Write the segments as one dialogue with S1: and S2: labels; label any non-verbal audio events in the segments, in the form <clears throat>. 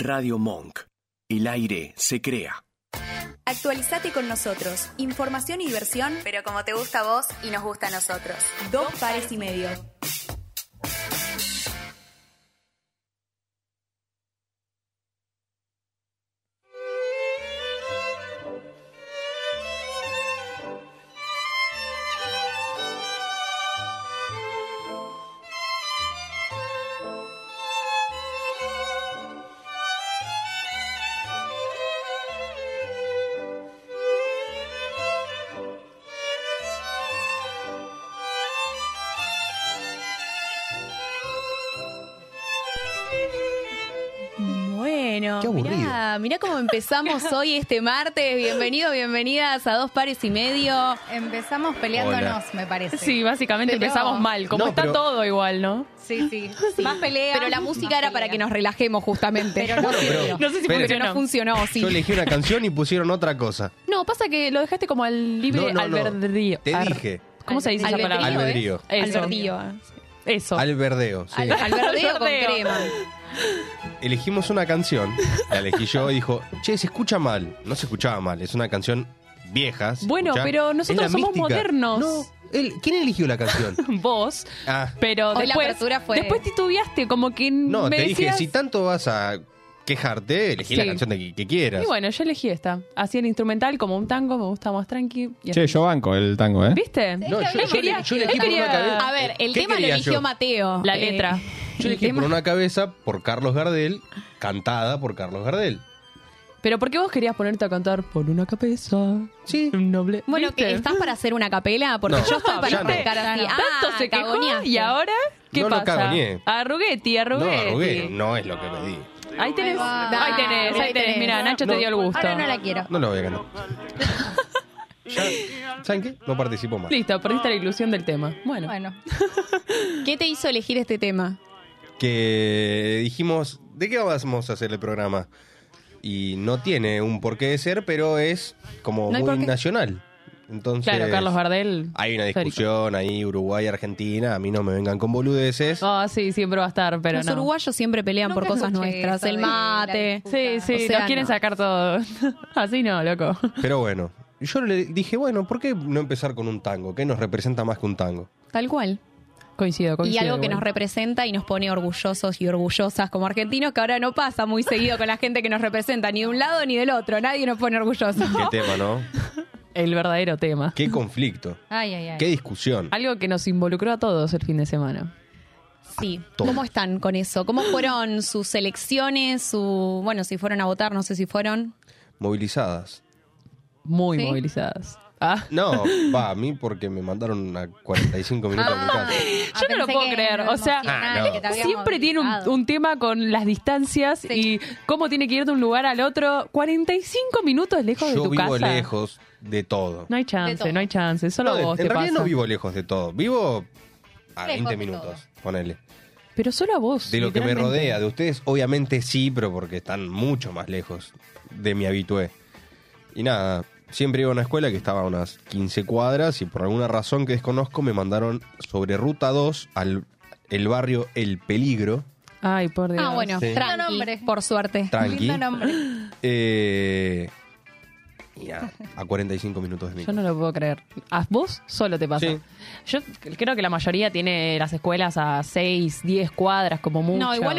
S1: Radio Monk. El aire se crea.
S2: Actualizate con nosotros. Información y diversión, pero como te gusta a vos y nos gusta a nosotros. Dos pares y medio.
S3: Bueno,
S4: Qué aburrido.
S3: mirá, mirá cómo empezamos hoy este martes. Bienvenido, bienvenidas a dos pares y medio.
S5: Empezamos peleándonos,
S4: Hola.
S5: me parece.
S6: Sí, básicamente
S5: Pero-
S6: empezamos mal, como
S4: No,
S6: está
S4: pero-
S6: todo igual, ¿no?
S5: sí, sí. Más pelea.
S3: Pero la música era para que nos relajemos justamente. Pero no,
S4: pero-
S6: No sé si
S4: Espere.
S6: funcionó.
S3: no funcionó, sí.
S4: Yo elegí una canción y pusieron otra cosa.
S6: No, pasa que lo dejaste como al <laughs> libre
S4: No, no, no.
S6: albedrío.
S4: Te
S6: Ar-
S4: dije.
S6: ¿Cómo se dice esa
S3: Albedrío,
S6: palabra?
S4: Albedrío.
S3: ¿eh?
S6: Eso.
S3: Albedrío.
S6: Eso.
S4: Al verdeo, sí.
S3: Al,
S5: <laughs>
S3: al verdeo con
S6: Albedrío.
S3: crema.
S4: Elegimos una canción, la elegí yo y dijo, che, se escucha mal. No se escuchaba mal, es una canción vieja. se
S6: Bueno,
S4: escucha.
S6: pero
S4: Es
S6: nosotros
S4: la
S6: somos
S4: mística.
S6: modernos.
S4: No, él- ¿quién eligió la
S6: <laughs>
S4: canción?
S6: Vos,
S4: Ah,
S6: pero
S3: Hoy la
S6: después,
S3: apertura fue-
S6: después titubeaste, como que
S4: no,
S6: me
S4: te dije,
S6: decías-
S4: si tanto vas a quejarte, elegí la
S6: Sí.
S4: canción de que, que quieras.
S6: Y bueno, yo elegí esta. Así el instrumental, como un tango, me gusta más tranqui. y
S7: Che,
S6: así.
S7: yo banco el tango, ¿eh?
S6: ¿Viste?
S4: No, yo, yo
S6: quería-
S4: le- yo elegí
S6: él
S4: por una
S6: quería-
S4: cabeza.
S3: A ver, el
S4: ¿Qué
S3: tema lo
S4: quería
S3: eligió
S4: yo?
S3: Mateo.
S6: La
S3: Eh,
S6: letra.
S4: <laughs> Yo elegí por una cabeza por Carlos Gardel, cantada por Carlos Gardel.
S6: Pero ¿por qué vos querías ponerte a cantar por una cabeza?
S4: Sí.
S6: Un noble.
S3: Bueno,
S6: ¿Viste?
S3: que ¿estás para hacer una
S6: Ah,
S3: capela? Porque
S4: No,
S3: yo estoy para
S4: ya no.
S3: arrancar así.
S6: Tanto
S3: Ah,
S6: se quejó
S3: cagoneaste.
S6: y ahora, ¿qué
S4: No lo
S6: pasa?
S4: cagoneé.
S6: A Rugetti, a
S4: No,
S6: Rugetti.
S4: Rugué, no es lo que pedí.
S6: Ahí tenés,
S5: va.
S6: ahí tenés, ahí
S5: Ahí
S6: tenés.
S5: tenés.
S6: Mira, Nacho te
S4: No.
S6: dio el gusto.
S5: Ahora no la quiero.
S4: No lo voy a ganar. <laughs> Ya, ¿Saben qué? No participo más.
S6: Listo, perdiste la ilusión del tema. Bueno,
S5: Bueno,
S3: ¿Qué te hizo elegir este tema?
S4: Que dijimos, ¿de qué vamos a hacer el programa? Y no tiene un porqué de ser, pero es como
S6: No hay por
S4: muy
S6: qué.
S4: nacional. Entonces,
S6: claro, Carlos Gardel.
S4: hay una
S6: histórico.
S4: discusión ahí, Uruguay, Argentina, a mí no me vengan con boludeces.
S6: Ah, sí, siempre va a estar, pero
S3: Los
S6: no.
S3: uruguayos siempre pelean por
S5: Nunca
S3: cosas
S5: escuché
S3: nuestras.
S5: eso
S3: El
S5: de la
S3: mate.
S5: disputa.
S6: Sí, sí,
S3: O sea,
S6: nos quieren
S3: no.
S6: sacar todo. <laughs> Así no, loco.
S4: Pero bueno, yo le dije, bueno, ¿por qué no empezar con un tango? ¿Qué nos representa más que un tango?
S3: Tal cual.
S6: Coincido,
S3: Y
S6: coincido.
S3: algo que
S6: igual.
S3: nos representa y nos pone orgullosos y orgullosas como argentinos, que ahora no pasa muy seguido con la gente que nos representa, ni de un lado ni del otro. Nadie nos pone orgullosos.
S4: ¿Qué tema, no?
S6: El verdadero tema.
S4: ¿Qué conflicto?
S5: ay, ay, ay.
S4: ¿Qué discusión?
S6: Algo que nos involucró a todos el fin de semana.
S3: Sí.
S4: Todo.
S3: ¿Cómo están con eso? ¿Cómo fueron sus elecciones? Su... Bueno, si fueron a votar, no sé si fueron.
S4: Movilizadas.
S6: Muy
S3: ¿Sí?
S6: movilizadas. Ah.
S4: No, va, a mí porque me mandaron a 45 minutos a mi casa.
S5: Ah,
S6: Yo no lo
S5: pensé
S6: puedo
S5: que
S6: creer,
S5: no
S6: o sea,
S5: emocional,
S4: Ah, no.
S5: que te había
S6: Siempre tiene un,
S5: movilizado.
S6: un tema con las distancias y cómo tiene que ir de un lugar al otro. 45 minutos lejos de
S4: Yo
S6: tu
S4: vivo
S6: casa.
S4: lejos de todo.
S6: No hay
S5: De
S6: chance,
S5: todo.
S6: no hay chance. Solo a
S4: No,
S6: vos
S4: en
S6: te
S4: realidad
S6: pasa.
S4: no vivo lejos de todo. Vivo a
S5: Lejos
S4: 20
S5: de
S4: minutos, ponele.
S6: Pero solo a vos.
S4: De lo que me
S6: literalmente.
S4: rodea, de ustedes obviamente sí, pero porque están mucho más lejos de mi habitué. Y nada, siempre iba a una escuela que estaba a unas 15 cuadras y por alguna razón que desconozco me mandaron sobre ruta 2 al el barrio El Peligro,
S6: Ay, por Dios.
S3: Ah, bueno,
S4: Sí.
S3: tranqui,
S5: No, hombre.
S3: por suerte.
S4: tranqui.
S5: Lindo nombre.
S4: Eh, y nada, a 45 minutos de mi
S6: Yo no lo puedo creer. A vos solo te pasa.
S4: Sí.
S6: Yo creo que la mayoría tiene las escuelas a 6, 10 cuadras como mucho.
S3: No, igual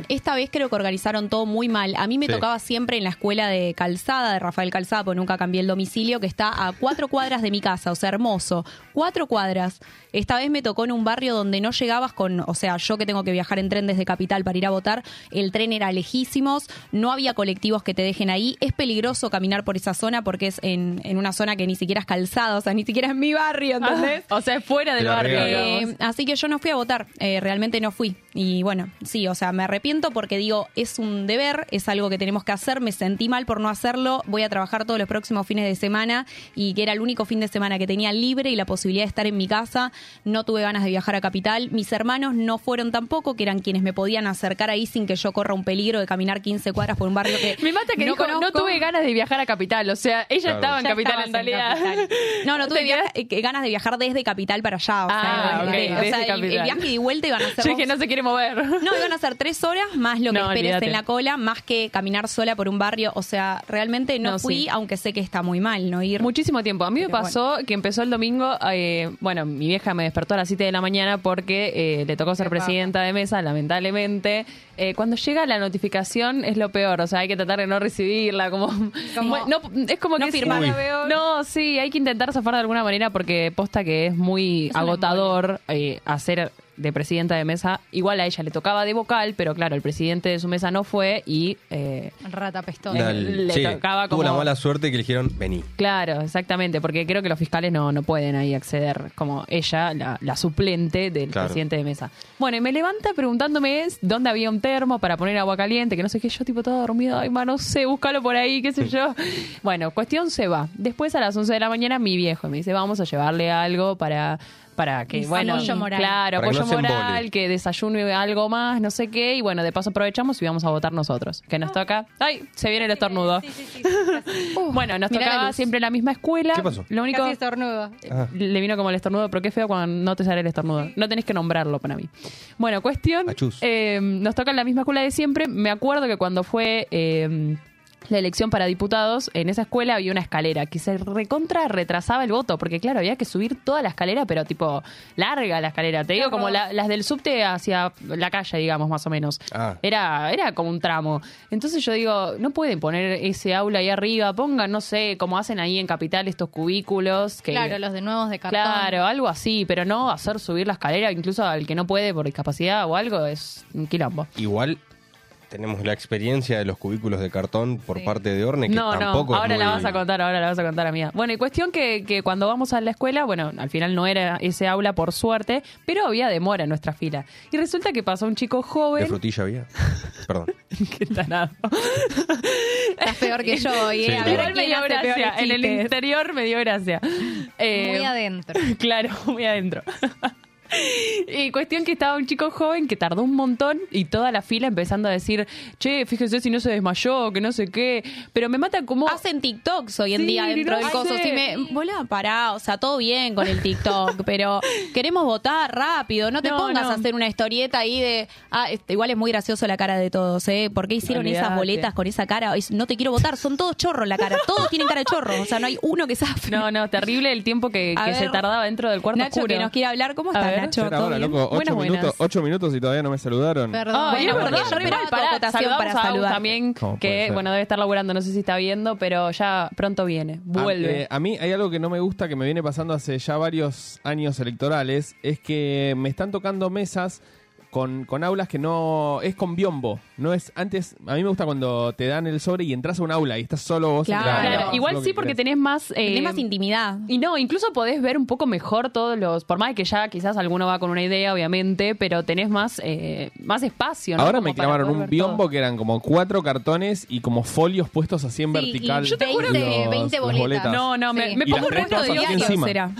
S6: O sea,
S3: esta vez creo que organizaron todo muy mal. A mí me
S4: Sí.
S3: tocaba siempre en la escuela de Calzada, de Rafael Calzada, porque nunca cambié el domicilio, que está a cuatro cuadras de mi casa, o sea, hermoso. Cuatro cuadras. Esta vez me tocó en un barrio donde no llegabas con, o sea, yo que tengo que viajar en tren desde Capital para ir a votar, el tren era lejísimos, no había colectivos que te dejen ahí. Es peligroso caminar por esa zona porque es en, en una zona que ni siquiera es calzada, o sea, ni siquiera es mi barrio,
S6: Ah.
S3: ¿entendés?
S6: o sea, es fuera del
S4: Te la
S6: barrio.
S4: regalo.
S6: digamos.
S3: Eh, así que yo no fui a votar, eh, realmente no fui. Y bueno, sí, o sea, me arrepiento porque digo, es un deber, es algo que tenemos que hacer, me sentí mal por no hacerlo, voy a trabajar todos los próximos fines de semana y que era el único fin de semana que tenía libre y la posibilidad de estar en mi casa, no tuve ganas de viajar a Capital, mis hermanos no fueron tampoco, que eran quienes me podían acercar ahí sin que yo corra un peligro de caminar 15 cuadras por un barrio
S6: <laughs>
S3: que...
S6: Me mata que
S3: no
S6: dijo, no
S3: conozco".
S6: tuve ganas de viajar a Capital. O sea, ella
S4: Claro.
S6: estaba en
S5: Ya
S6: Capital
S5: estabas
S6: en
S5: en
S6: realidad.
S5: Capital.
S3: No, no tuve viaja- eh, ganas de viajar desde Capital para allá. O sea,
S6: Ah,
S3: de-
S5: ok,
S3: de- o
S6: desde
S3: sea, el- el,
S6: Capital.
S3: viaje y vuelta iban a ser
S6: <laughs> Yo dije,
S3: vos-
S6: no se quiere quiere mover.
S3: No, iban a ser tres horas más lo que
S6: No,
S3: esperes
S6: olvídate.
S3: en la cola, más que caminar sola por un barrio. O sea, realmente no,
S6: No,
S3: fui,
S6: sí.
S3: aunque sé que está muy mal no ir.
S6: Muchísimo tiempo. A mí me
S3: Pero
S6: pasó que empezó el domingo, eh, bueno, mi vieja me despertó a las 7 de la mañana porque eh, le tocó ser presidenta de mesa, lamentablemente. Eh, cuando llega la notificación es lo peor, o sea, hay que tratar de no recibirla, como... Bueno, <laughs> no, es como
S3: no
S6: que si
S3: firmar.
S6: no la
S4: Uy.
S6: veo- No, sí, hay que intentar zafar de alguna manera porque posta que es muy agotador eh, hacer de presidenta de mesa. Igual a ella le tocaba de vocal, pero claro, el presidente de su mesa no fue y... eh,
S5: Rata pestosa.
S6: Dale. le tocaba
S4: tuvo
S6: como-
S4: la mala suerte que le dijeron, vení.
S6: Claro, exactamente, porque creo que los fiscales no, no pueden ahí acceder, como ella, la, la suplente del
S4: Claro.
S6: presidente de mesa. Bueno, y me levanta preguntándome es dónde había un termo para poner agua caliente, que no sé qué, yo tipo todo dormido, ay, ma, no sé, búscalo por ahí, qué sé yo. Bueno, cuestión se va. Después a las 11 de la mañana mi viejo me dice, vamos a llevarle algo para para que,
S5: Sí.
S6: bueno,
S5: Apoyo moral.
S6: claro,
S4: Para que
S6: apoyo
S4: no se embole.
S6: moral, que desayune algo más, no sé qué, y bueno, de paso aprovechamos y vamos a votar nosotros, que
S5: Ah.
S6: nos toca, ay, se viene el estornudo. Bueno, nos
S5: Mirá la
S6: tocaba
S5: luz.
S6: siempre la misma escuela.
S4: ¿Qué pasó?
S6: Lo único
S5: Casi estornudo.
S6: Eh,
S4: Ah.
S6: le vino como el estornudo, pero qué feo cuando no te sale el estornudo. No tenés que nombrarlo para mí. Bueno, cuestión.
S4: Achús.
S6: eh, nos toca en la misma escuela de siempre. Me acuerdo que cuando fue eh, la elección para diputados, en esa escuela había una escalera que se recontra retrasaba el voto, porque claro, había que subir toda la escalera, pero tipo larga la escalera. Te digo, como la- las del subte hacia la calle, digamos, más o menos.
S4: Ah.
S6: <laughs> Era, era como un tramo. Entonces yo digo, no pueden poner ese aula ahí arriba, pongan, no sé, como hacen ahí en Capital estos cubículos. Que,
S5: Claro, los de nuevos de cartón.
S6: Claro, algo así, pero no hacer subir la escalera incluso al que no puede por discapacidad o algo es un quilombo.
S4: Igual tenemos la experiencia de los cubículos de cartón por
S5: Sí.
S4: parte de Orne, que
S6: No, no,
S4: tampoco es
S6: ahora la
S4: muy-
S6: vas a contar, ahora la vas a contar a mía. Bueno, y cuestión que, que cuando vamos a la escuela, bueno, al final no era ese aula por suerte, pero había demora en nuestra fila. Y resulta que pasó un chico
S4: ¿De
S6: joven
S4: frutilla
S6: <laughs>
S4: había? Perdón.
S6: que está nada.
S5: Estás peor que yo hoy, eh.
S4: Sí,
S5: A ver,
S4: claro.
S6: Igual
S5: ¿quién
S6: me dio
S5: hace
S6: gracia,
S5: peores
S6: en el
S5: chistes?
S6: interior me dio gracia. Eh,
S5: Muy adentro.
S6: Claro, <laughs> muy adentro. Y cuestión que estaba un chico joven que tardó un montón y toda la fila empezando a decir, che, fíjese si no se desmayó, que no sé qué. Pero me mata como...
S3: Hacen TikToks hoy en
S6: Sí,
S3: día dentro
S6: no
S3: del
S6: sé.
S3: coso. Si me, volá, pará, o sea, todo bien con el
S6: <laughs>
S3: TikTok, pero queremos votar rápido. No te
S6: No,
S3: pongas
S6: no.
S3: a hacer una historieta ahí de. Ah, este, igual es muy gracioso la cara de todos, ¿eh? ¿Por qué hicieron esas
S6: Olvídate.
S3: boletas con esa cara? Es, no te quiero votar, son todos chorros la cara. Todos tienen cara de chorro. O sea, no hay uno que sabe.
S6: No, no, terrible el tiempo que,
S3: A
S6: que se
S3: ver,
S6: tardaba dentro del cuarto
S3: Nacho,
S6: oscuro.
S3: que nos quiere hablar. ¿Cómo
S6: A
S3: estás,
S6: ver.
S3: Nacho?
S7: Será
S3: ¿Todo
S7: ahora,
S3: bien?
S7: loco, ocho
S6: Buenas, buenas.
S7: minutos, ocho minutos y todavía no me saludaron.
S5: Perdón.
S6: Ay,
S3: Bueno,
S6: es
S3: porque
S6: verdad,
S3: yo
S6: re
S3: esperaba
S6: mal,
S3: tu
S6: pará,
S3: acotación
S6: saludamos
S3: para
S6: a Agus
S3: saludarte.
S6: también,
S7: ¿Cómo puede
S6: que
S7: ser?
S6: bueno, debe estar laburando, no sé si está viendo, pero ya pronto viene,
S7: A-
S6: vuelve.
S7: eh, A, mí hay algo que no me gusta que me viene pasando hace ya varios años electorales, es que me están tocando mesas con, con aulas que no es con biombo, no es antes, a mí me gusta cuando te dan el sobre y entras a un aula y estás solo vos. en la
S3: Claro.
S7: aula,
S6: Claro,
S7: haces eh, lo
S6: igual
S7: que
S6: sí porque
S7: querés.
S6: tenés más... eh,
S3: Tenés más intimidad.
S6: Y no, incluso podés ver un poco mejor todos los. Por más que ya quizás alguno va con una idea, obviamente, pero tenés más, eh, más espacio. ¿no?
S7: Ahora
S6: Como
S7: me
S6: para
S7: clavaron
S6: poder
S7: un
S6: ver
S7: biombo
S6: todo.
S7: que eran como cuatro cartones y como folios puestos así en
S5: Sí, y
S7: vertical.
S5: yo te juro que
S7: los-
S5: 20
S7: las
S5: boletas.
S6: No, no, me,
S5: Sí.
S6: me
S7: Y
S6: pongo un
S7: las tres
S6: rollo de
S7: todas aquí
S6: diarios,
S7: encima.
S6: será.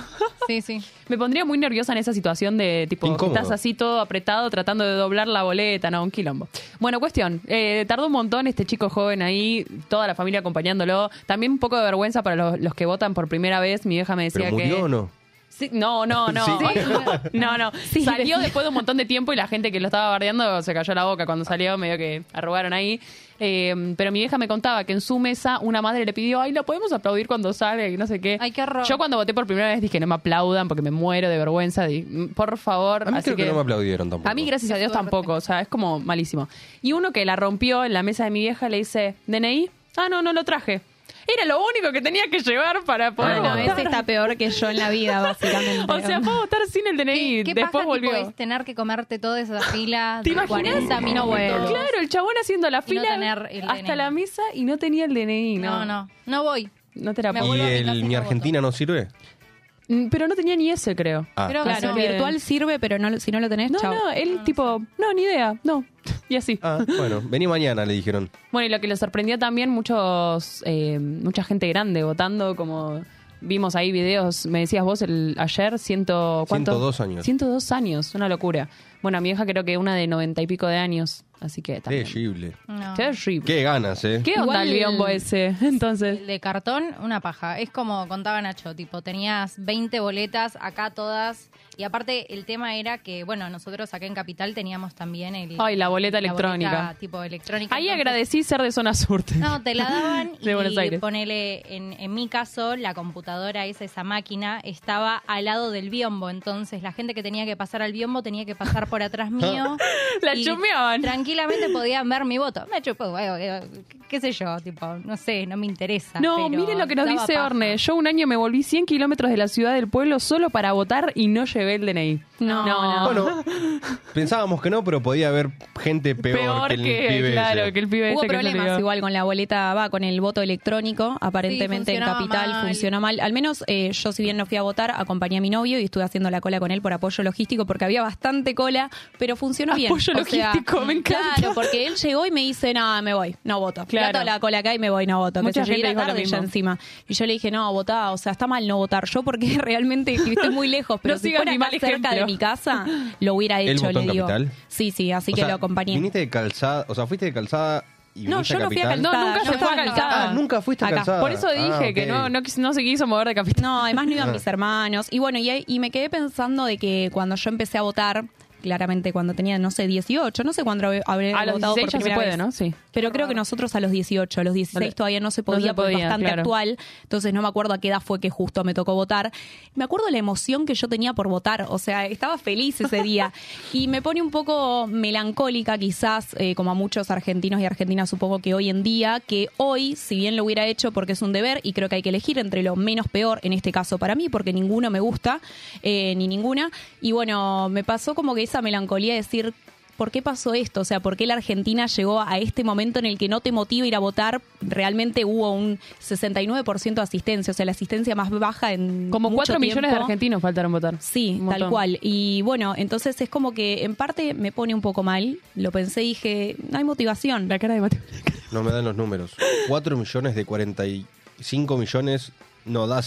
S5: Sí,
S6: <laughs>
S5: sí.
S6: Me pondría muy nerviosa en esa situación de tipo, que
S4: Incómodo.
S6: estás así todo apretado tratando de doblar la boleta, no, un quilombo. Bueno, cuestión, eh, tardó un montón este chico joven ahí, toda la familia acompañándolo. También un poco de vergüenza para los, los que votan por primera vez. Mi vieja me decía
S4: ¿Pero murió
S6: que.
S4: o no?
S6: Sí,
S4: <laughs>
S6: no, no, no.
S4: Sí.
S6: <laughs> No, no. salió después de un montón de tiempo y la gente que lo estaba bardeando se cayó la boca cuando salió, medio que arrugaron ahí. Eh, pero mi vieja me contaba que en su mesa una madre le pidió, ay, lo podemos aplaudir cuando sale y no sé qué.
S5: Ay, qué horror.
S6: Yo cuando voté por primera vez dije, no me aplaudan porque me muero de vergüenza. Di- mm, por favor.
S4: A mí
S6: Así
S4: creo que... no me aplaudieron tampoco.
S6: a mí, gracias a Dios,
S5: suerte.
S6: tampoco. O sea, es como malísimo. Y uno que la rompió en la mesa de mi vieja le dice, ¿DNI? Ah, no, no lo traje. Era lo único que tenía que llevar para poder
S4: Ah.
S3: Bueno,
S6: votar.
S3: ese está peor que yo en la vida,
S6: <laughs>
S3: básicamente.
S6: O sea, fue a votar sin el DNI.
S5: ¿Qué, qué
S6: Después
S5: pasa
S6: volvió.
S5: tipo, es tener que comerte toda esa fila
S6: ¿Te
S5: de
S6: imaginas?
S5: 40 minutos?
S6: Claro, el chabón haciendo la fila
S5: tener el
S6: hasta
S5: DNI.
S6: la mesa y no tenía el DNI.
S5: No,
S6: No,
S5: no, no voy.
S6: No te la
S5: Me
S6: pongo.
S4: ¿Y
S5: vuelvo a mi casa y
S4: el
S5: no
S4: ni
S5: voto.
S4: Argentina no sirve?
S6: Mm, Pero no tenía ni ese, creo.
S4: Ah.
S5: Pero
S3: Claro,
S5: claro,
S3: el virtual sirve, pero no, lo- si no lo tenés,
S6: No,
S3: chao.
S6: no,
S5: Ah,
S6: él tipo, no, ni idea, no. <laughs> Y así. <laughs>
S4: Ah, bueno, vení mañana, le dijeron.
S6: Bueno, y lo que le sorprendió también, muchos, eh, mucha gente grande votando, como vimos ahí videos, me decías vos el, ayer, ciento, ¿cuánto?
S4: 102 años.
S6: 102 años, una locura. Bueno, mi vieja creo que una de 90 y pico de años, así que también.
S4: Terrible.
S5: no.
S6: Terrible.
S4: Qué ganas, ¿eh?
S6: ¿Qué onda
S3: Igual-
S6: el biombo ese? Entonces.
S5: El de cartón, una paja. Es como contaba Nacho, tipo, tenías 20 boletas acá todas Y aparte, el tema era que, bueno, nosotros acá en Capital teníamos también el.
S6: Ay, la boleta electrónica.
S5: boleta tipo electrónica.
S6: Ahí
S5: Entonces,
S6: agradecí ser de zona surte. <laughs>
S5: No, te la daban
S6: De Buenos
S5: y
S6: Aires.
S5: ponele, en, en mi caso, la computadora esa, esa máquina, estaba al lado del biombo. Entonces, la gente que tenía que pasar al biombo tenía que pasar por atrás mío.
S6: La
S5: y
S6: chumeaban.
S5: Tranquilamente
S6: <laughs>
S5: podían ver mi voto. Me chupó, bueno, eh, qué sé yo, tipo, no sé, no me interesa.
S6: No,
S5: pero
S6: miren lo que nos
S5: daba
S6: dice
S5: paja.
S6: Orne. Yo un año me volví 100 kilómetros de la ciudad del pueblo solo para votar y no llevé el DNI.
S5: No, no.
S4: Bueno, pensábamos que no, pero podía haber gente peor, que el pibe
S6: claro,
S4: ese.
S6: que el pibe
S3: Hubo
S6: este que se
S3: problemas
S6: olvidó.
S3: igual con la boleta, va, con el voto electrónico. Aparentemente en
S5: funcionaba
S3: Capital
S5: mal.
S3: funcionó mal. Al menos eh, yo, si bien no fui a votar, acompañé a mi novio y estuve haciendo la cola con él por apoyo logístico porque había bastante cola, pero funcionó bien.
S6: Apoyo logístico, me encanta.
S3: Claro, porque él llegó y me dice, no, me voy, no voto.
S6: Claro.
S3: Claro. la cola acá y me voy, no voto.
S6: Mucha
S3: que se yo, y
S6: gente dijo
S3: era
S6: lo
S3: tarde ya
S6: mismo.
S3: encima. Y yo le dije, no, votá, o sea, está mal no votar yo porque <laughs> realmente estoy
S6: <laughs>
S3: muy lejos, pero
S6: No
S3: si
S6: sigas
S3: fuera
S6: mi
S3: acá
S6: mal
S3: cerca de
S6: ejemplo.
S3: mi casa, lo hubiera
S4: ¿Él
S3: hecho,
S4: votó
S3: le
S4: en
S3: digo.
S4: Capital?
S3: Sí, sí, así
S4: O
S3: que
S4: sea,
S3: lo acompañé.
S4: Viniste de calzada, o sea, fuiste de calzada y
S3: No,
S4: viniste
S3: yo
S4: a
S3: no fui a
S4: capital.
S3: Calzada.
S6: No, nunca
S3: Yo
S6: se fue a
S3: estaba en
S6: Calzada.
S4: Ah, nunca fuiste a
S3: Acá.
S4: calzada.
S6: Por eso
S4: Ah,
S6: dije que
S4: ok.
S6: no, no, quis- no se quiso mover de capital.
S3: No, además no
S4: Ah.
S3: iban mis hermanos. Y bueno, y, ahí- y me quedé pensando de que cuando yo empecé a votar, claramente cuando tenía, no sé, 18, no sé cuándo habré, habré
S6: A los
S3: votado
S6: 16 ya se
S3: por primera
S6: puede,
S3: vez.
S6: ¿no? Sí.
S3: Pero creo que nosotros a los 18, a los 16
S6: Vale.
S3: todavía no se
S6: No
S3: podía,
S6: se
S3: porque
S6: podía,
S3: bastante
S6: claro.
S3: actual. Entonces no me acuerdo a qué edad fue que justo me tocó votar. Me acuerdo la emoción que yo tenía por votar. O sea, estaba feliz ese día. y me pone un poco melancólica, quizás, eh, como a muchos argentinos y argentinas, supongo que hoy en día, que hoy, si bien lo hubiera hecho porque es un deber y creo que hay que elegir entre lo menos peor, en este caso para mí, porque ninguno me gusta, eh, ni ninguna. Y bueno, me pasó como que esa melancolía de decir. ¿por qué pasó esto? O sea, ¿por qué la Argentina llegó a este momento en el que no te motiva ir a votar? Realmente hubo un 69% de asistencia, o sea, la asistencia más baja en
S6: Como
S3: mucho
S6: 4 millones de
S3: tiempo.
S6: argentinos faltaron votar.
S3: Sí,
S6: Un
S3: tal
S6: montón.
S3: cual. Y bueno, entonces es como que en parte me pone un poco mal. Lo pensé y dije, no hay motivación.
S6: La cara de Mateo.
S4: No me dan los números. 4 millones de 45 millones no da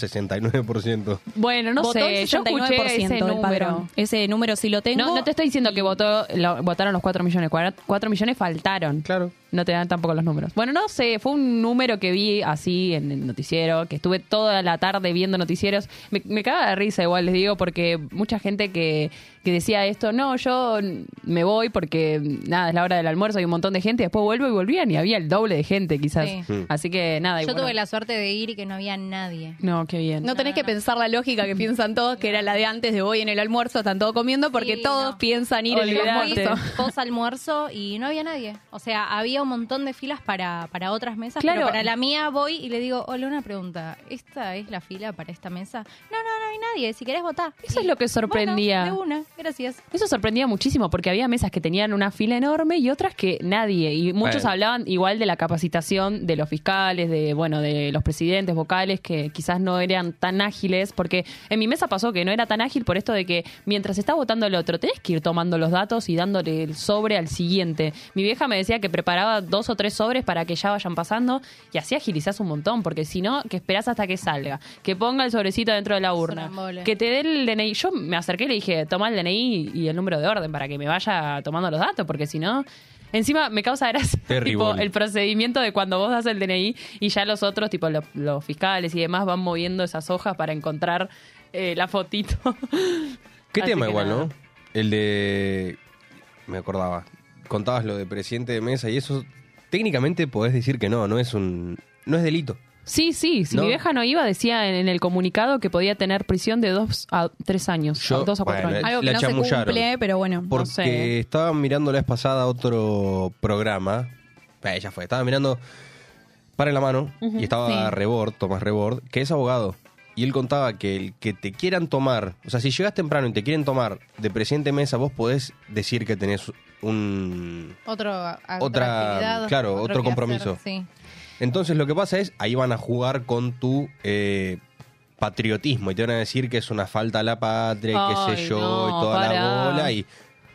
S4: 69%.
S6: Bueno, no
S3: Votó
S6: sé,
S3: el
S6: yo escuché
S3: 69%
S6: ese
S3: del
S6: número.
S3: padrón. Ese número sí lo tengo.
S6: No, no te estoy diciendo que votó, lo- votaron los 4 millones, 4 millones faltaron.
S4: Claro.
S6: No te dan tampoco los números. Bueno, no sé, fue un número que vi así en el noticiero, que estuve toda la tarde viendo noticieros. Me, me caga de risa igual, les digo, porque mucha gente que, que decía esto, no, yo me voy porque nada, es la hora del almuerzo, hay un montón de gente, y después vuelvo y volvían y había el doble de gente quizás.
S5: Sí.
S4: Mm.
S6: Así que nada,
S5: Yo
S6: igual.
S5: tuve la suerte de ir y que no había nadie.
S6: No, qué bien.
S3: No tenés que pensar la lógica que piensan todos, que era la de antes de hoy en el almuerzo, están todos comiendo, porque
S5: Sí,
S3: todos
S5: no.
S3: piensan ir en el
S5: Yo fui
S6: Olvidate.
S3: almuerzo.
S5: pos almuerzo y no había nadie. O sea, había un montón de filas para, para otras mesas.
S6: Claro.
S5: Pero para la mía voy y le digo, hola, una pregunta. ¿Esta es la fila para esta mesa? No, no, no hay nadie. Si querés votar.
S6: Eso es lo que sorprendía.
S5: Bueno, de una, gracias.
S6: Eso sorprendía muchísimo porque había mesas que tenían una fila enorme y otras que nadie. Y muchos
S4: Bueno.
S6: hablaban igual de la capacitación de los fiscales, de bueno, de los presidentes vocales que quizás no eran tan ágiles, porque en mi mesa pasó que no era tan ágil por esto de que mientras está votando el otro, tenés que ir tomando los datos y dándole el sobre al siguiente. Mi vieja me decía que preparaba dos o tres sobres para que ya vayan pasando y así agilizás un montón, porque si no, que esperás hasta que salga, que ponga el sobrecito dentro de la urna,
S5: embole.
S6: que te dé el DNI. Yo me acerqué y le dije, toma el DNI y el número de orden para que me vaya tomando los datos, porque si no. Encima me causa gracia <laughs>
S4: Terrible.
S6: tipo, el procedimiento de cuando vos das el DNI y ya los otros, tipo lo- los fiscales y demás, van moviendo esas hojas para encontrar eh, la fotito. <laughs>
S4: ¿Qué
S6: Así
S4: tema
S6: que
S4: igual,
S6: nada.
S4: no? El de... Me acordaba. Contabas lo de presidente de mesa y eso técnicamente podés decir que no, no es un... No es delito.
S6: Sí, sí, si
S4: No.
S6: mi vieja no iba, decía en, en el comunicado que podía tener prisión de dos a tres años,
S4: Yo-
S6: o dos a cuatro
S4: bueno,
S6: años.
S4: eh,
S3: Algo que
S4: La
S3: no se
S4: chamullaron.
S3: cumple, pero bueno.
S4: Porque
S6: sé.
S4: estaba mirando la vez pasada otro programa. Eh, ya fue. Estaba mirando Para en la mano y estaba Rebord, Tomás Rebord, que es abogado. Y él contaba que el que te quieran tomar, o sea, si llegas temprano y te quieren tomar de presidente de mesa, vos podés decir que tenés un...
S5: Otro,
S4: Otra, actividad, claro, otro otro compromiso. quehacer, Entonces lo que pasa es, ahí van a jugar con tu eh, patriotismo y te van a decir que es una falta a la patria y qué
S6: Ay,
S4: sé yo y
S6: no,
S4: toda
S6: pará.
S4: la bola y...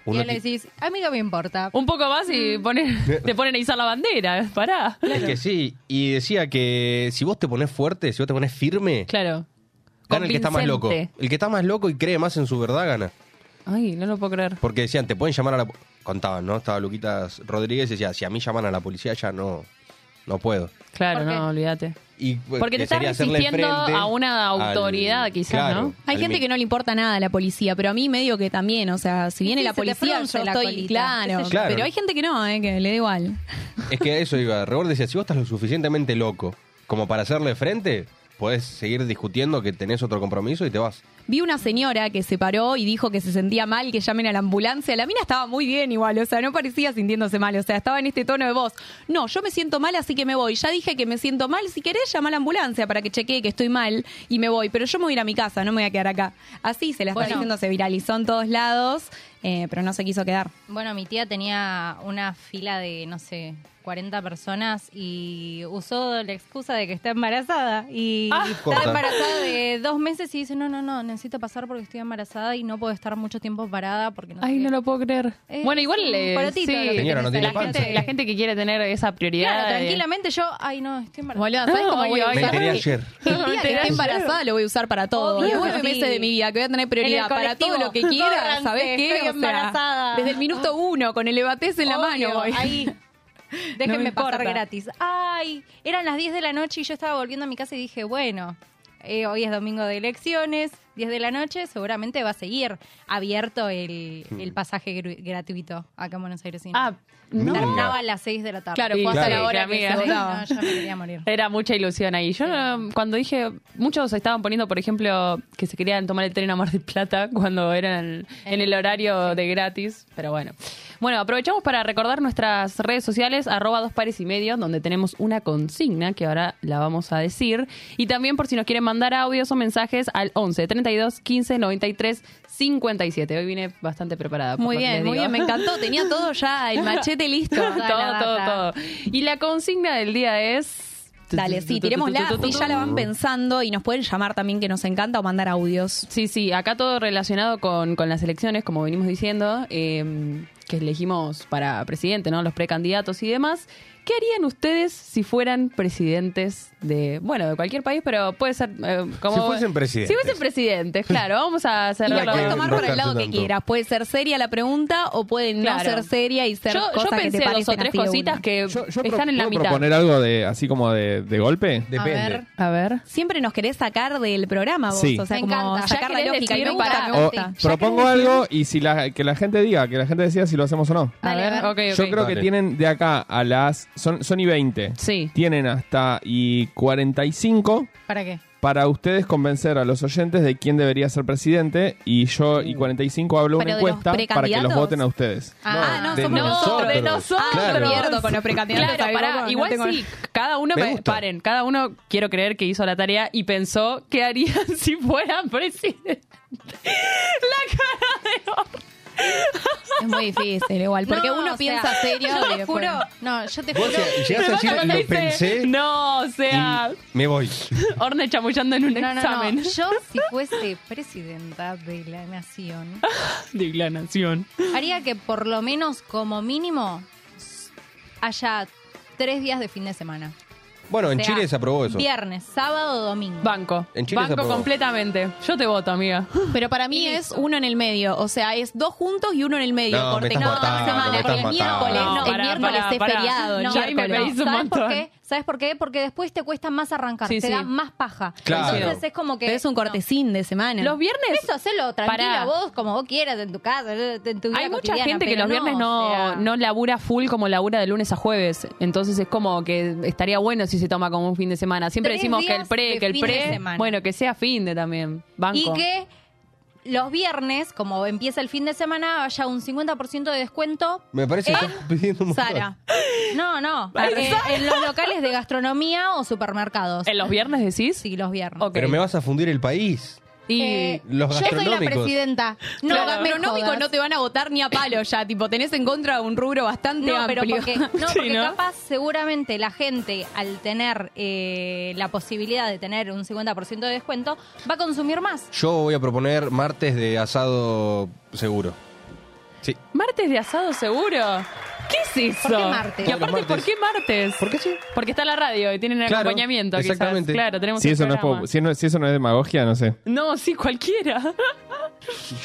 S5: Y
S4: uno
S5: le
S4: que-
S5: decís, amigo, me
S4: eh.
S5: importa.
S6: Un poco más y
S5: Mm.
S4: <laughs>
S6: ponen, te ponen a izar la bandera, pará.
S4: Es que sí, y decía que si vos te pones fuerte, si vos te pones firme,
S6: Claro.
S4: gana el que está más loco.
S6: Convincente.
S4: El que está más loco y cree más en su verdad gana.
S6: Ay, no lo puedo creer.
S4: Porque decían, te pueden llamar a la... po- Contaban, ¿no? Estaba Luquitas Rodríguez y decía, si a mí llaman a la policía ya no, no puedo.
S6: Claro,
S5: ¿Por qué?
S6: no, olvídate.
S4: Y,
S6: Porque te
S4: que
S6: estás
S4: sería hacerle
S6: resistiendo
S4: frente
S6: a una
S4: al-
S6: autoridad, quizás,
S4: claro,
S6: ¿no?
S3: Hay
S4: al
S3: gente
S4: mi-
S3: que no le importa nada a la policía, pero a mí medio que también, o sea, si viene
S5: Sí,
S3: la
S5: se te
S3: policía,
S5: frunce
S3: yo
S5: la
S3: estoy
S5: colita,
S3: claro,
S5: qué sé
S4: yo.
S3: pero hay gente que no, eh, que le da igual.
S4: Es que eso iba, Rebord decía, si vos estás lo suficientemente loco como para hacerle frente, podés seguir discutiendo que tenés otro compromiso y te vas.
S3: Vi una señora que se paró y dijo que se sentía mal, que llamen a la ambulancia. La mina estaba muy bien igual, o sea, no parecía sintiéndose mal, o sea, estaba en este tono de voz. No, yo me siento mal, así que me voy. Ya dije que me siento mal, si querés llama a la ambulancia para que chequee que estoy mal y me voy. Pero yo me voy a ir a mi casa, no me voy a quedar acá. Así se la está
S5: Bueno.
S3: diciendo, se viralizó en todos lados, eh, pero no se quiso quedar.
S5: Bueno, mi tía tenía una fila de, no sé, 40 personas y usó la excusa de que está embarazada. Y
S3: Ah.
S4: Corta.
S5: está embarazada de dos meses y dice, no, no, no, necesito pasar porque estoy embarazada y no puedo estar mucho tiempo parada porque no
S6: Ay,
S5: sé".
S6: no lo puedo creer.
S5: Eh,
S6: bueno, igual
S5: es un
S6: eh,
S5: porotito
S6: sí.
S5: lo que
S4: Señora, no
S5: tenés
S4: tiene
S5: ahí.
S6: la, gente, la gente que quiere tener esa prioridad.
S5: Claro,
S6: eh.
S5: tranquilamente yo, ay, no, estoy embarazada.
S3: Boluda, ¿sabes
S6: No,
S3: cómo voy a
S6: ay,
S4: Me
S3: usar?
S4: enteré ayer.
S3: El día que esté embarazada lo voy a usar para todo.
S5: Obvio,
S3: Los nueve
S5: sí.
S3: meses de mi vida que voy a tener prioridad
S5: En el
S3: para todo
S5: colectivo.
S3: lo que quiera.
S5: Córranse,
S3: ¿Sabés qué?
S5: estoy
S3: O sea,
S5: embarazada.
S3: desde el minuto uno, con el levatés en la
S5: Obvio,
S3: mano voy. <laughs>
S5: Ahí.
S3: No me
S5: Déjenme pasar
S3: importa.
S5: gratis. Ay, eran las 10 de la noche y yo estaba volviendo a mi casa y dije, bueno, eh, hoy es domingo de elecciones, 10 de la noche, seguramente va a seguir abierto el,
S4: Hmm.
S5: el pasaje gru- gratuito acá en Buenos Aires. Y no.
S6: Ah,
S5: Terminaba a las 6 de la tarde.
S3: Claro,
S6: Sí,
S3: fue hasta
S4: claro.
S3: la hora que
S6: Amiga.
S3: se
S5: Sí,
S3: votaba.
S5: no, yo me quería
S3: <laughs>
S5: morir.
S6: Era mucha ilusión ahí. Yo no- cuando dije, muchos estaban poniendo, por ejemplo, que se querían tomar el tren a Mar del Plata <laughs> cuando eran en el horario de gratis, pero bueno. Bueno, aprovechamos para recordar nuestras redes sociales, arroba dos pares y medio, donde tenemos una consigna que ahora la vamos a decir. Y también por si nos quieren mandar audios o mensajes al 11 32 15 93 57. Hoy vine bastante preparada. por
S3: Muy
S6: lo que
S3: bien,
S6: les
S3: muy
S6: digo.
S3: bien, me
S6: <laughs>
S3: encantó. Tenía todo ya, Ah, el
S5: <laughs>
S3: machete listo.
S5: Toda
S6: todo,
S5: la
S6: todo, todo.
S5: data.
S6: Y la consigna del día es...
S3: Dale, sí, tirémosla, así ya la van pensando y nos pueden llamar también que nos encanta o mandar audios.
S6: Sí, sí, acá todo relacionado con, con las elecciones, como venimos diciendo, eh, que elegimos para presidente, ¿no? Los precandidatos y demás. ¿Qué harían ustedes si fueran presidentes de, bueno, de cualquier país, pero puede ser eh, como...
S4: Si fuesen presidentes.
S6: Si fuesen presidentes, claro, vamos a
S3: <laughs> Y
S6: cerrarlo.
S3: la puedes
S4: Claro.
S3: tomar por el
S4: Roscarse
S3: lado que
S4: tanto.
S3: quieras. Puede ser seria la pregunta o puede no
S6: Claro.
S3: ser seria y ser
S6: Yo, yo
S3: cosas que
S6: pensé
S3: te
S6: dos o
S3: parecen
S6: tres
S3: así de
S6: cositas
S3: una.
S6: que
S7: Yo, yo pro-
S6: están en la
S7: ¿puedo
S6: mitad.
S7: proponer algo de así como de, de golpe?
S4: Depende.
S6: A ver.
S3: Siempre nos querés sacar del programa vos.
S7: Sí.
S3: O sea,
S5: Me
S3: como
S5: encanta. Ya
S3: sacar la
S6: querés
S3: lógica. Y
S6: decir,
S3: me gusta,
S5: pará.
S3: me
S5: O-
S7: O
S3: gusta.
S7: propongo algo y si la, que la gente diga, que la gente decida si lo hacemos o no.
S6: A
S5: Dale,
S6: ver,
S5: a ver.
S6: ok, ok.
S7: Yo creo que
S4: Dale.
S7: tienen de acá a las... Son, son y 20.
S6: Sí.
S7: Tienen hasta y 45
S5: ¿Para qué?
S7: para ustedes convencer a los oyentes de quién debería ser presidente y yo y 45 hablo
S3: Mm. ¿Pero
S7: una
S3: de los
S7: encuesta para que los
S3: precandidatos?
S7: voten a ustedes.
S3: Ah, no,
S4: de
S3: somos nosotros.
S6: de nosotros.
S3: Ah,
S4: Claro.
S3: pierdo con los precandidatos.
S6: Claro,
S3: ahí,
S6: pará,
S3: vamos, no
S6: igual
S3: tengo-
S6: sí, cada uno,
S4: Me
S6: me-
S4: gusta.
S6: paren, cada uno quiero creer que hizo la tarea y pensó qué harían <laughs> si fueran presidente.
S3: Es muy difícil igual, porque
S5: No,
S3: uno
S5: o
S3: piensa
S5: sea,
S3: serio.
S5: Yo
S3: y
S5: te
S3: después-
S5: juro. No, yo te
S4: Vos
S5: juro.
S4: si llegas a decir,
S6: Cuando
S4: lo
S6: dice,
S4: pensé
S6: No, o sea,
S4: y me voy.
S6: Orne chamullando en un
S5: No, no, no.
S6: examen
S5: <laughs> Yo, si fuese presidenta de la nación,
S6: de la nación.
S5: haría que por lo menos, como mínimo, haya tres días de fin de semana.
S4: Bueno, en
S5: O sea,
S4: Chile se aprobó eso.
S5: Viernes, sábado, domingo.
S6: Banco.
S4: En Chile se
S6: Banco
S4: aprobó.
S6: completamente. Yo te voto, amiga.
S3: Pero para mí es uno en el medio. O sea, es dos juntos y uno en el medio.
S4: No,
S3: Corte
S4: me estás
S3: cada
S4: matando,
S3: semana.
S4: me Ah, estás
S3: porque el
S4: matando.
S3: miércoles,
S4: No,
S3: el
S6: pará,
S3: miércoles
S6: pará,
S3: es
S6: pará.
S3: feriado.
S5: No,
S3: el
S6: Ya ahí me
S3: miércoles.
S6: pedís un
S5: ¿Sabes por
S6: montón.
S5: qué? ¿Sabes por qué? Porque después te cuesta más arrancar,
S6: Sí,
S5: te
S6: sí.
S5: da más paja.
S4: Claro.
S5: Entonces es como que
S3: Pero es un
S5: no.
S3: cortecín de semana.
S6: Los viernes
S5: Eso hacelo tranquila
S6: Pará.
S5: vos, como vos quieras, en tu casa, en tu vida
S6: Hay mucha
S5: cotidiana,
S6: gente que
S5: pero
S6: los viernes no,
S5: o sea,
S6: no labura full como labura de lunes a jueves. Entonces es como que estaría bueno si se toma como un fin de semana. Siempre
S5: Tres
S6: decimos que el
S5: días
S6: pre,
S5: de
S6: que el
S5: fin de
S6: pre.
S5: semana.
S6: Bueno, que sea fin de también. Banco.
S5: Y que los viernes, como empieza el fin de semana, haya un 50% de descuento.
S4: Me parece
S5: ¿Eh?
S4: que estás pidiendo un montón.
S3: Sara.
S5: No, no. eh, en los locales de gastronomía o supermercados.
S6: ¿En los viernes decís?
S5: Sí, los viernes.
S6: Ok.
S4: Pero me vas a fundir el país.
S6: Y
S5: Eh,
S4: los
S5: yo soy la
S4: gastronómicos.
S5: presidenta. No,
S3: No,
S5: me
S3: gastronómico
S5: jodas.
S3: no te van a votar ni a palo ya. Tipo, tenés en contra un rubro bastante
S5: No, pero
S3: amplio. <laughs>
S5: porque, no,
S6: Sí,
S5: porque
S6: ¿no?
S5: capaz seguramente la gente al tener eh, la posibilidad de tener un 50% de descuento va a consumir más.
S4: Yo voy a proponer martes de asado seguro. Sí.
S6: martes de asado seguro. ¿Qué es eso?
S5: ¿Por qué martes?
S6: Y
S4: Todos los
S6: aparte, ¿por
S4: martes.
S6: qué martes?
S4: ¿Por qué sí?
S6: Porque está la radio y tienen
S4: Claro,
S6: acompañamiento. quizás.
S4: exactamente.
S6: Claro, tenemos
S7: Si
S6: el
S7: eso, no es,
S6: programa.
S7: po- si, no- si eso no es demagogia, no sé.
S4: <laughs>
S6: No, sí, cualquiera.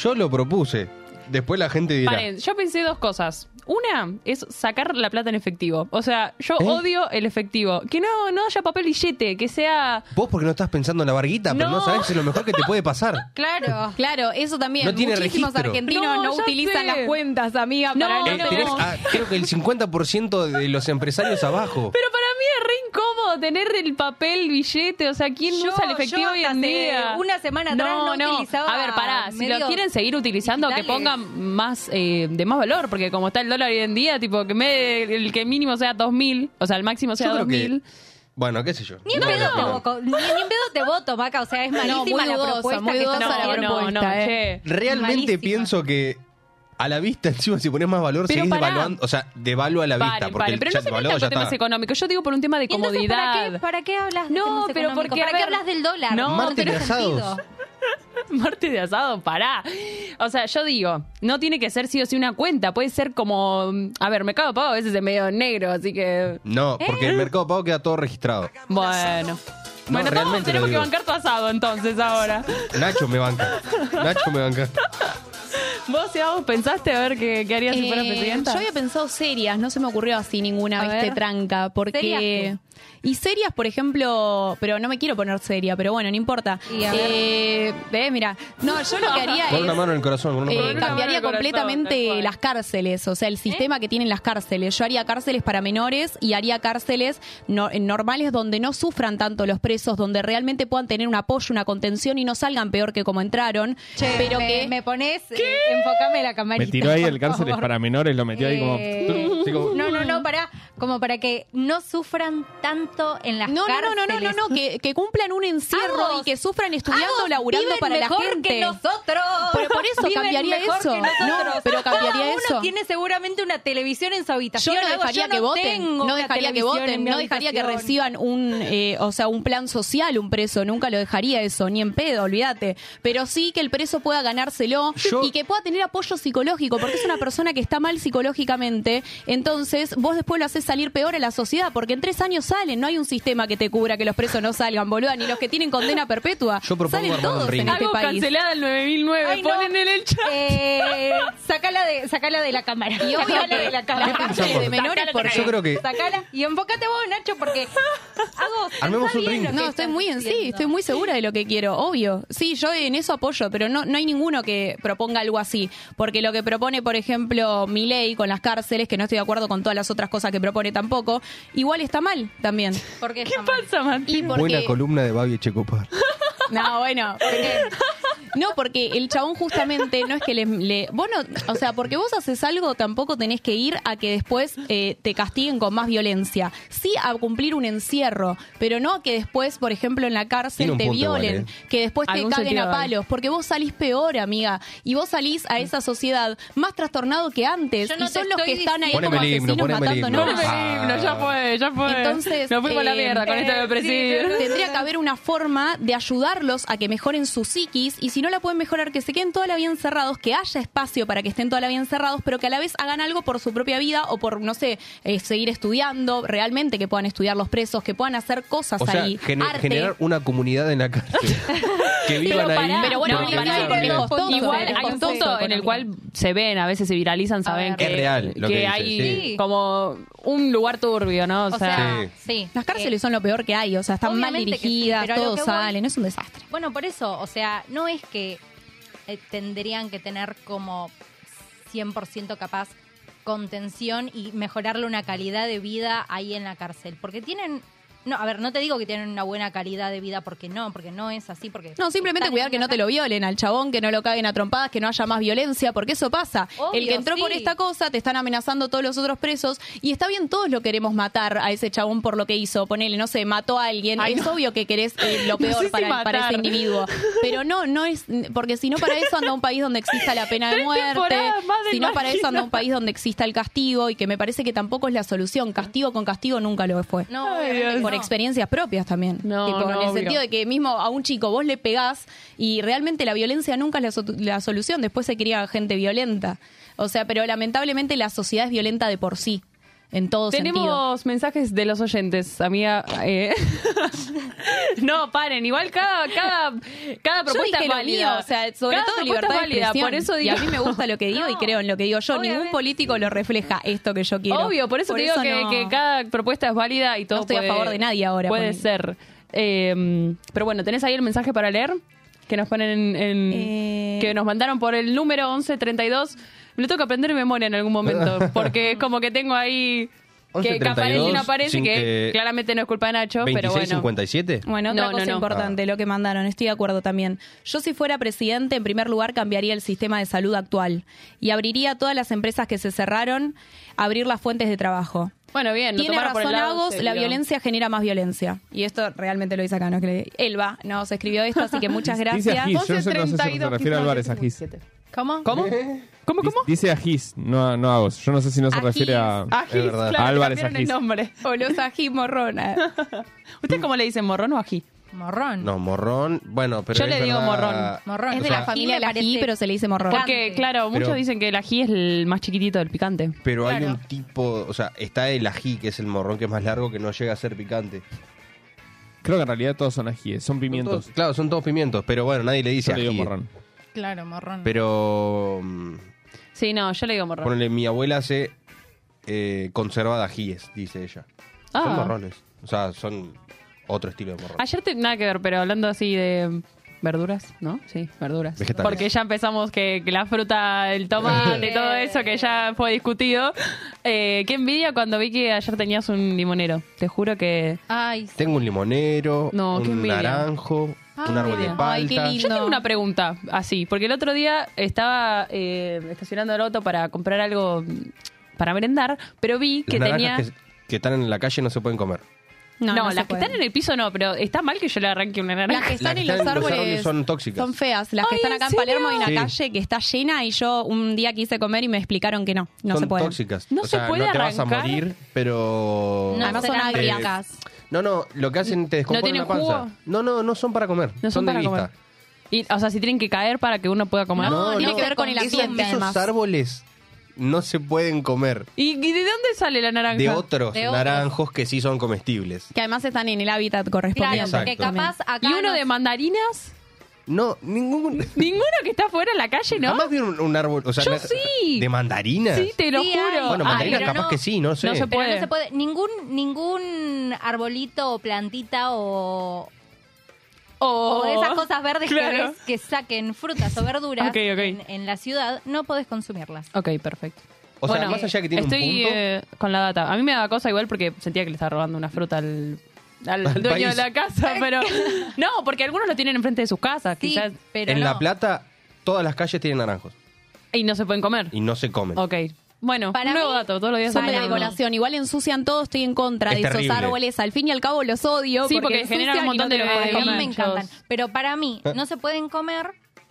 S4: Yo lo propuse. Después la gente dirá.
S6: Paren, yo pensé dos cosas. Una es sacar la plata en efectivo. O sea, yo
S4: ¿Eh?
S6: odio el efectivo. Que no, no haya papel billete, que sea.
S4: Vos porque no estás pensando en la barguita, pero no
S6: No.
S4: sabés lo mejor que te puede pasar.
S5: <laughs> Claro.
S3: Claro, eso también.
S4: No tiene
S3: Muchísimos
S4: registro.
S3: argentinos
S6: No,
S3: no,
S6: ya
S3: utilizan
S6: sé.
S3: las cuentas, amiga,
S6: No,
S3: para
S4: Eh,
S6: no.
S4: tenés a- creo que el 50% de los empresarios abajo.
S6: Pero para mí es re incómodo tener el papel billete. O sea, ¿quién
S5: Yo-
S6: usa el efectivo
S5: yo
S6: hoy en
S5: hasta hace
S6: día?
S5: una semana atrás no utilizaba
S6: A ver, pará. Si lo
S5: medios
S6: quieren seguir utilizando, que
S5: digitales.
S6: pongan más eh, de más valor. Porque como está el dólar hoy en día, tipo, que me- el que mínimo sea 2.000, o sea, el máximo sea
S4: Yo creo que-
S6: 2.000.
S4: Bueno, qué sé yo.
S5: Ni en
S4: No,
S5: pedo
S4: no.
S5: te voco- ni, ni en pedo te voto, Maca. O sea, es
S3: No,
S5: malísima
S3: muy
S5: la
S3: dudosa,
S5: propuesta
S3: muy
S5: que estás
S3: dudosa la
S6: No,
S5: haciendo.
S6: no, no,
S3: propuesta,
S6: che.
S4: Realmente
S5: Malísima.
S4: pienso que a la vista, <laughs> encima, si pones más valor,
S6: Pero
S4: seguís
S6: pará.
S4: devaluando. O sea, devalúa a la vista.
S6: Vale,
S4: porque
S6: vale.
S4: el
S6: Pero no
S4: chat
S6: se
S4: devaluado
S6: metan
S4: ya
S6: con temas
S4: está.
S6: económicos. Yo digo por un tema de
S5: Y entonces, ¿para qué,
S6: comodidad.
S5: ¿Para qué hablas de
S6: No,
S5: temas
S6: pero
S5: económicos?
S6: porque,
S5: ¿Para
S6: a
S5: qué
S6: ver,
S5: hablas del dólar?
S6: no,
S5: No,
S4: Marte
S5: tiene
S4: de asados.
S5: sentido.
S6: <laughs> Marte de asado, pará. O sea, yo digo, no tiene que ser sí o sí una cuenta. Puede ser como. A ver, Mercado Pago a veces es medio negro, así que.
S4: No, porque el Mercado Pago queda todo registrado.
S6: ¿Eh? Bueno.
S4: No,
S6: bueno, todos
S4: realmente lo
S6: tenemos que
S4: digo.
S6: bancar tu asado entonces ahora.
S4: Nacho me banca. Nacho me
S6: <laughs>
S4: banca.
S6: ¿Vos, Sebago, pensaste a ver qué, qué harías si fueras
S3: Eh,
S6: presidenta?
S3: Yo había pensado serias, no se me ocurrió así ninguna,
S6: A
S3: viste,
S6: ver.
S3: tranca, porque...
S5: Serias
S3: Y serias, por ejemplo, pero no me quiero poner seria, pero bueno, no importa.
S5: Y a ver.
S3: Eh, ve, mira, no, yo lo que haría
S4: Con una
S3: es...
S4: mano en el corazón. con una
S3: eh,
S4: mano en el corazón.
S6: cambia-
S3: cambiaría
S6: corazón, tal
S3: completamente
S6: cual.
S3: las cárceles, o sea, el sistema que tienen las cárceles. Yo haría cárceles para menores y haría cárceles no- normales donde no sufran tanto los presos, donde realmente puedan tener un apoyo, una contención y no salgan peor que como entraron.
S5: Che,
S3: pero
S5: me,
S3: que
S5: me pones, eh, enfócame la camarita.
S7: Me tiró ahí
S5: por
S7: el cárceles
S5: favor.
S7: para menores, lo metió ahí como.
S5: Eh,
S7: <laughs> así como-
S5: No, no, no, para, como para que no sufran tanto en las
S3: No, no,
S5: cárceles.
S3: no, no, no, no, no, que, que cumplan un encierro
S5: Ambos-
S3: y que sufran estudiando,
S5: Ambos
S3: laburando
S5: viven
S3: para la
S5: mejor
S3: gente.
S5: que nosotros.
S3: Pero por eso
S5: Viven
S3: cambiaría
S5: mejor
S3: eso.
S5: que nosotros.
S3: No, pero cambiaría
S5: Cada uno
S3: eso.
S5: tiene seguramente una televisión en su
S3: yo
S5: habitación.
S3: no
S5: Hago,
S3: dejaría que
S5: no
S3: voten,
S5: tengo
S3: no
S5: una
S3: dejaría que
S5: televisión en
S3: voten,
S5: mi
S3: no dejaría que
S5: habitación.
S3: reciban un, eh, o sea, un plan social, un preso, nunca lo dejaría eso, ni en pedo, olvídate. Pero sí que el preso pueda ganárselo
S4: Yo-
S3: y que pueda tener apoyo psicológico, porque es una persona que está mal psicológicamente, entonces vos después lo haces salir peor a la sociedad, porque en tres años salen, no hay un sistema que te cubra que los presos no salgan, boluda, ni los que tienen condena perpetua.
S4: Yo propongo
S3: salen
S4: armar un
S3: todos en
S4: ring.
S3: este
S6: Algo
S3: país.
S6: cancelada el 9009.
S5: Ay, no.
S6: Ponen en el chat.
S5: Eh, sacala, de, sacala de la cámara.
S3: Y obvio
S5: Sacala
S3: que
S5: de <laughs> la
S3: las
S5: cámara.
S3: cárceles de menores porque
S4: Yo creo que
S5: Sacala y enfócate vos, Nacho, porque hago.
S4: <laughs> Armemos un
S3: <laughs>
S4: ring.
S3: No, estoy muy en sí, estoy muy segura de lo que quiero, obvio. Sí, yo en eso apoyo, pero no, no hay ninguno que proponga algo así. Porque lo que propone, por ejemplo, mi ley con las cárceles, que no estoy de acuerdo con todas las otras cosas que propone tampoco, igual está mal también.
S5: Porque
S6: <laughs> ¿Qué pasa, Mati?
S3: Y porque,
S4: buena columna de Babi Checopar.
S3: No, bueno, porque- no, porque el chabón justamente no es que le, le- vos no- o sea, porque vos haces algo tampoco tenés que ir a que después eh, te castiguen con más violencia. Sí a cumplir un encierro, pero no a que después, por ejemplo, en la
S4: Tiene
S3: cárcel
S4: un
S3: te
S4: punto igual, eh.
S3: violen, que después te
S6: Algún
S3: caguen
S6: sentido
S3: a
S6: hay.
S3: palos, porque vos salís peor, amiga, y vos salís a esa sociedad más trastornado que antes,
S5: Yo no
S3: y
S5: te
S3: son los que
S5: estoy
S3: están ahí
S4: diciendo-
S3: como
S4: Poneme el himno,
S3: asesinos
S4: poneme el himno.
S3: matándonos.
S6: Poneme el himno, ya fue, ya fue.
S3: Entonces,
S6: Nos fuimos a la
S3: eh,
S6: mierda con esta
S5: eh,
S6: de presidir.
S5: <laughs> sí,
S3: Tendría que haber una forma de ayudarlos a que mejoren su psiquis y si no la pueden mejorar, que se queden toda la vida encerrados, que haya espacio para que estén toda la vida encerrados, pero que a la vez hagan algo por su propia vida o por, no sé, eh, seguir estudiando, realmente que puedan estudiar los presos, que puedan hacer cosas
S4: O sea,
S3: ahí.
S4: gene-
S3: arte.
S4: generar una comunidad en la
S6: <laughs>
S4: cárcel. que vivan
S6: Pero
S4: ahí.
S6: pará,
S3: pero bueno,
S6: No,
S4: porque
S3: vivan
S6: pará,
S3: ahí
S4: vivan
S3: porque
S4: bien.
S3: es costoso,
S6: Igual
S3: es
S6: hay un
S3: costoso
S6: punto en el
S3: económico.
S6: cual se ven, a veces se viralizan,
S5: ver.
S6: saben que
S4: Es real lo que dice,
S6: hay
S4: sí.
S6: como un lugar turbio, ¿no? O,
S5: O
S6: sea,
S5: sea,
S4: Sí.
S5: sí.
S3: Las cárceles son lo peor que hay, o sea, están mal
S5: Obviamente que sí,
S3: dirigidas,
S5: pero a lo
S3: todo
S5: que voy-
S3: sale, no es un desastre.
S5: Bueno, por eso, o sea, no es que eh, tendrían que tener como 100% capaz contención y mejorarle una calidad de vida ahí en la cárcel, porque tienen no, a ver, no te digo que tienen una buena calidad de vida porque no, porque no es así, porque
S3: No, simplemente
S5: están
S3: cuidar
S5: en
S3: que
S5: una
S3: no te lo violen al chabón, que no lo caguen a trompadas, que no haya más violencia, porque eso pasa.
S5: Obvio,
S3: el que entró por
S5: sí.
S3: esta cosa, te están amenazando todos los otros presos, y está bien, todos lo queremos matar a ese chabón por lo que hizo. Ponele, no sé, mató a alguien.
S6: Ay,
S3: es
S6: no.
S3: obvio que querés eh,
S6: <laughs>
S3: lo
S6: No
S3: peor
S6: sé si
S3: para, para
S6: matar.
S3: ese individuo. Pero no, no es. Porque si no, para eso anda un país donde exista la pena de
S6: Tres
S3: muerte.
S6: temporadas más del
S3: Si no, para eso anda
S6: Marginal.
S3: un país donde exista el castigo, y que me parece que tampoco es la solución. Castigo con castigo nunca lo fue.
S5: No,
S6: Ay,
S5: obviamente
S6: Dios.
S5: que
S3: Por
S5: no.
S3: experiencias propias también.
S6: No,
S3: Tipo,
S6: no,
S3: en el
S6: obvio.
S3: sentido de que mismo a un chico vos le pegás y realmente la violencia nunca es la, so- la solución. Después se cría gente violenta. O sea, pero lamentablemente la sociedad es violenta de por sí. en todo sentido.
S6: Tenemos mensajes de los oyentes, amiga. eh. <laughs> no, paren. Igual cada, cada, cada propuesta
S3: dije
S6: es
S3: lo
S6: válida.
S3: mío, o sea, sobre
S6: Cada
S3: todo
S6: propuesta es
S3: libertad de
S6: válida.
S3: expresión.
S6: Por eso
S3: Y
S6: digo-
S3: a mí me gusta lo
S6: <laughs>
S3: que digo y
S5: No,
S3: creo en lo que digo yo. Ningún
S5: obviamente.
S3: político lo refleja esto que yo quiero.
S6: Obvio, por eso te digo que,
S3: no-
S6: que cada propuesta es válida y todo.
S3: No estoy a
S6: puede-
S3: favor de nadie ahora,
S6: Puede
S3: ponele.
S6: ser. Eh, pero bueno, ¿tenés ahí el mensaje para leer? Que nos ponen en. en-
S3: Eh.
S6: Que nos mandaron por el número 1132. Me lo tengo que aprender de memoria en
S4: <laughs>
S6: algún momento. Porque es como que tengo ahí. Que, que
S4: 1132,
S6: aparece y no aparece,
S4: sin
S6: que,
S4: que-
S6: claramente no es culpa de Nacho, pero bueno.
S4: 2657.
S3: Bueno, otra
S6: No, no,
S3: cosa
S6: no.
S3: importante, lo que mandaron, estoy de acuerdo también. Yo si fuera presidente, en primer lugar cambiaría el sistema de salud actual y abriría todas las empresas que se cerraron, abrir las fuentes de trabajo.
S6: Bueno, bien, lo
S3: Tiene
S6: tomaron por el
S3: razón
S6: lado
S3: Agos, la
S6: serio.
S3: violencia genera más violencia. Y esto realmente lo dice acá, no es que le- Elba nos escribió esto, así
S7: <laughs>
S3: que muchas
S7: Dice
S3: gracias.
S7: Agis, yo no sé, no sé si se refiere a Álvarez Agis.
S5: ¿Cómo?
S6: ¿Cómo?
S4: ¿Eh?
S6: ¿Cómo,
S7: Dice-
S6: cómo?
S7: Dice Agis, no, no a vos. Yo no sé si no se
S3: Agis.
S7: refiere a...
S6: Agis,
S4: Es verdad.
S6: claro,
S7: Álvarez
S6: cambiaron
S7: Agis.
S6: el nombre.
S3: O los ají morrona.
S6: ¿Ustedes cómo le dicen, morrón o ají?
S5: Morrón.
S4: No, morrón. Bueno, pero.
S6: Yo
S4: es
S6: le digo
S4: verdad-
S5: morrón. Morrón.
S4: o
S5: Es de
S4: sea,
S5: la fa-
S3: Familia
S5: me
S3: del ají,
S5: parece
S3: pero se le dice morrón.
S5: picante.
S6: Porque, claro,
S4: Pero-
S6: muchos dicen que el ají es el más chiquitito del picante.
S4: Pero hay
S5: Claro.
S4: un tipo. O sea, está el ají, que es el morrón que es más largo, que no llega a ser picante.
S7: Creo que en realidad todos son ajíes, son pimientos.
S4: Son todos- claro, son todos pimientos, pero bueno, nadie le dice
S7: Yo le digo
S4: ají.
S7: morrón.
S5: Claro, morrón.
S4: Pero. mm,
S6: Sí, no, yo le digo morrón.
S4: Ponele, mi abuela hace eh, conserva de ajíes, dice ella. Son
S6: Ah.
S4: morrones. O sea, son otro estilo de morrón.
S6: Ayer te- nada que ver, pero hablando así de verduras, ¿no? Sí, verduras.
S4: Vegetales.
S6: Porque ya empezamos que, que la fruta, el tomate, todo eso que ya fue discutido. Eh, qué envidia cuando vi que ayer tenías un limonero. Te juro que...
S5: Ay, sí.
S4: Tengo un limonero,
S6: No, qué
S4: un
S6: envidia.
S4: naranjo, un
S5: Ah.
S4: árbol de
S5: Ay,
S4: palta.
S3: qué
S6: Yo
S3: lindo.
S6: tengo una pregunta así, porque el otro día estaba eh, estacionando el auto para comprar algo mm, para merendar, pero vi que
S4: Las naranjas
S6: tenía...
S4: que, que están en la calle no se pueden comer.
S6: No,
S3: se
S6: las que
S3: puede.
S6: están en el piso no, pero está mal que yo le arranque una naranja.
S3: Las que están
S4: que
S3: en
S4: están
S3: los
S4: en los
S3: árboles
S4: árboles son tóxicas.
S3: Son feas. Las que
S6: Ay,
S3: están
S6: ¿en
S3: acá en
S6: serio?
S3: Palermo hay una
S4: Sí.
S3: calle que está llena y yo un día quise comer y me explicaron que no, no
S4: son
S3: se pueden.
S4: tóxicas.
S6: No
S4: o
S6: se
S4: sea,
S6: puede
S4: no te vas a
S6: arrancar.
S4: morir, pero...
S5: No,
S3: Además son
S5: serán
S4: agrias.
S3: agriacas.
S4: No, no, lo que hacen te descomponen
S6: tienen
S4: la panza.
S6: jugo?
S4: No, no, no son para comer.
S6: No son
S4: de
S6: para
S4: vista.
S6: comer. Y, o sea, si tienen que caer para que uno pueda comer.
S3: No,
S4: No,
S3: tiene
S4: no.
S3: que ver con el
S4: Esos-
S3: ambiente
S4: esos
S3: además.
S4: árboles no se pueden comer.
S6: ¿Y, y de dónde sale la naranja?
S4: De otros
S5: De otros.
S4: naranjos que sí son comestibles.
S3: Que además están en el hábitat correspondiente.
S5: Claro, porque
S4: Exacto.
S5: capaz acá.
S6: ¿Y uno
S5: no-
S6: de mandarinas?
S4: No, ningún... <laughs>
S6: ¿Ninguno que está afuera en la calle, no?
S4: Jamás vieron un, un árbol... O sea,
S6: Yo
S4: na-
S6: sí.
S4: ¿De mandarinas?
S6: Sí, te lo
S5: Sí,
S6: juro.
S5: hay.
S4: Bueno,
S5: Ay,
S4: mandarinas
S5: pero
S4: capaz
S5: no.
S4: que sí, no sé.
S6: No se
S5: Pero
S6: puede.
S5: no se puede. Ningún, ningún arbolito o plantita o,
S6: O,
S3: Oh.
S5: o esas cosas verdes que
S6: Oh. claro.
S5: ves que saquen frutas o verduras
S6: Ok, ok.
S5: En, en la ciudad, no podés consumirlas.
S6: Ok, perfecto.
S4: O sea,
S6: Bueno,
S4: más allá que tiene
S6: Estoy
S4: un punto...
S6: eh, con la data. A mí me daba cosa igual porque sentía que le estaba robando una fruta al, al
S4: Al
S6: dueño
S4: país.
S6: de la
S5: <laughs>
S6: casa, pero... No, porque algunos lo tienen enfrente de sus casas,
S5: Sí,
S6: quizás.
S5: pero
S4: en
S5: no.
S4: La Plata, todas las calles tienen naranjos
S6: Y no se pueden comer.
S4: y no se comen.
S6: Ok. Bueno,
S5: Para
S6: nuevo
S5: mí,
S6: dato. Todos los días
S3: Son de
S6: aprendo algo nuevo.
S3: decoración. Igual ensucian todo, estoy en contra
S4: Es
S3: de
S4: terrible.
S3: esos árboles. Al fin y al cabo los odio.
S6: Sí, porque
S3: ensucian
S6: generan un
S3: y
S6: montón
S3: no
S6: de
S3: te lo
S5: A
S6: bebés.
S3: podés
S5: mí me
S3: comer.
S6: manchos.
S5: encantan. Pero para mí,
S4: Eh.
S5: no se pueden comer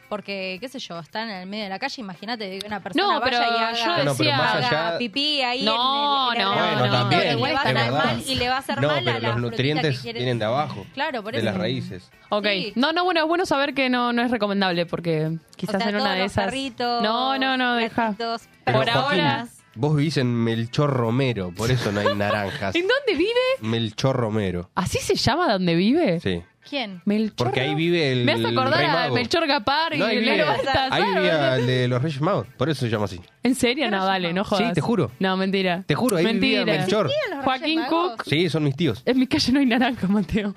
S5: porque, qué sé yo, están en el medio de la calle. Imagínate que una persona
S6: No, pero
S5: vaya y haga,
S6: yo
S4: Ah, No, no, pero
S6: decía...
S4: más allá-
S5: haga pipí ahí
S6: No,
S5: en el, en el
S6: no,
S5: arbolito,
S4: Bueno,
S6: no.
S4: también,
S5: le va a
S4: es
S5: hacer
S4: verdad.
S5: mal y le va a hacer
S4: No,
S5: mal a
S4: pero
S5: la
S4: los
S5: frutita
S4: nutrientes
S5: que quiere-
S4: vienen de abajo.
S5: Claro, por
S4: de
S5: eso.
S4: las raíces.
S6: Ok.
S5: Sí.
S6: No, no, bueno, es bueno saber que no, no es recomendable porque quizás
S5: O sea,
S6: en una
S5: todos
S6: de
S5: los
S6: esas.
S5: perritos,
S6: no, no, no, deja.
S5: gatitos,
S4: Pero,
S6: Por
S4: Joaquín,
S6: ahora.
S4: Vos vivís en Melchor Romero, por eso no
S6: <laughs>
S4: hay naranjas.
S6: ¿En dónde vive?
S4: Melchor Romero.
S6: ¿Así se llama donde vive?
S4: Sí.
S5: ¿Quién?
S6: Melchor.
S4: Porque ahí vive el.
S6: Me hace acordar
S4: Rey
S6: a
S4: Mago.
S6: Melchor Gapar y
S4: No, ahí
S6: el
S4: vive,
S6: Lero Baltasar,
S4: ahí vivía
S6: ¿verdad?
S4: el de los Reyes Magos, por eso se llama así.
S6: ¿En serio? No, dale, no jodas.
S4: te juro.
S6: No, mentira.
S4: Te juro, ahí
S6: mentira.
S4: vivía Melchor.
S6: Joaquín Cook.
S4: Sí, son mis tíos.
S6: En mi calle no hay naranja, Mateo.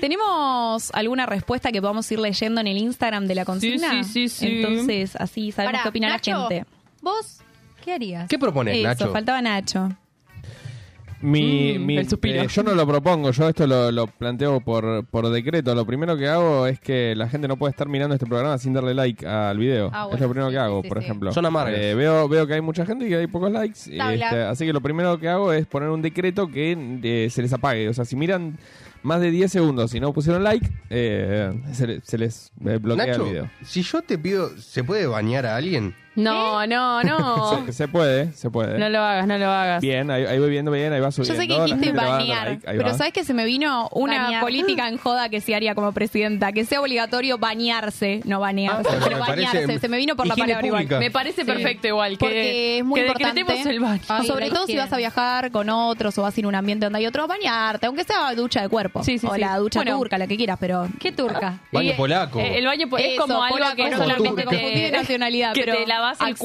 S3: ¿Tenemos alguna respuesta que podamos ir leyendo en el Instagram de la consigna?
S6: sí, sí, sí.
S3: Entonces, así sabemos
S5: Pará,
S3: qué opina
S5: Nacho,
S3: la gente.
S5: ¿Vos qué harías?
S4: ¿Qué propones,
S3: Eso,
S4: Nacho?
S3: faltaba Nacho.
S7: Mi,
S6: Mm,
S7: mi-
S6: el suspiro.
S7: eh, yo no lo propongo, yo esto lo, lo planteo por, por decreto. Lo primero que hago es que la gente no puede estar mirando este programa sin darle like al video.
S5: Ah, bueno,
S7: es lo primero
S5: sí,
S7: que hago,
S5: sí,
S7: por
S5: sí.
S7: ejemplo.
S4: Son amargas.
S7: Eh, veo, veo que hay mucha gente y que hay pocos likes.
S5: Tabla.
S7: este, así que lo primero que hago es poner un decreto que eh, se les apague. O sea, si miran más de 10 segundos si no pusieron like, eh, se, le- se les eh, bloquea
S4: Nacho,
S7: el video.
S4: si yo te pido, ¿se puede bañar a alguien?
S6: No,
S4: <laughs>
S6: no, no.
S7: Se, se puede, se puede.
S6: No lo hagas, no lo hagas.
S7: Bien, ahí, ahí voy viendo bien, ahí va
S3: Yo
S7: subiendo.
S3: sé que
S7: la
S3: dijiste
S7: gente le va dando
S3: banear,
S7: like, ahí
S3: pero
S7: va.
S3: ¿sabes que se me vino una
S5: Banear.
S3: política en joda que se haría como presidenta? Que sea obligatorio bañarse, no banearse,
S4: Ah,
S3: pero
S4: me parece-
S3: bañarse. se me vino por la
S4: Higiene
S3: palabra igual.
S4: pública.
S6: Me parece
S3: Sí.
S6: perfecto igual. Que,
S3: Porque es muy
S6: que
S3: importante. Ah,
S6: decretemos el baño.
S5: Ay,
S3: Sobre
S5: re
S3: todo si
S5: higiene.
S3: vas a viajar con otros o vas en un ambiente donde hay otros, bañarte, aunque sea ducha de cuerpo.
S6: Sí, sí,
S3: o
S6: sí.
S3: la ducha
S6: Bueno.
S3: turca, la que quieras, pero.
S5: ¿Qué <laughs> turca?
S4: Baño
S6: Y,
S4: polaco.
S6: eh, el baño po- es
S3: Eso,
S6: como algo
S3: polaco,
S6: que
S3: eso,
S6: solamente
S3: me confundí de
S6: te-
S3: nacionalidad,
S6: <laughs> que
S3: pero
S6: te lavas el
S3: axilas,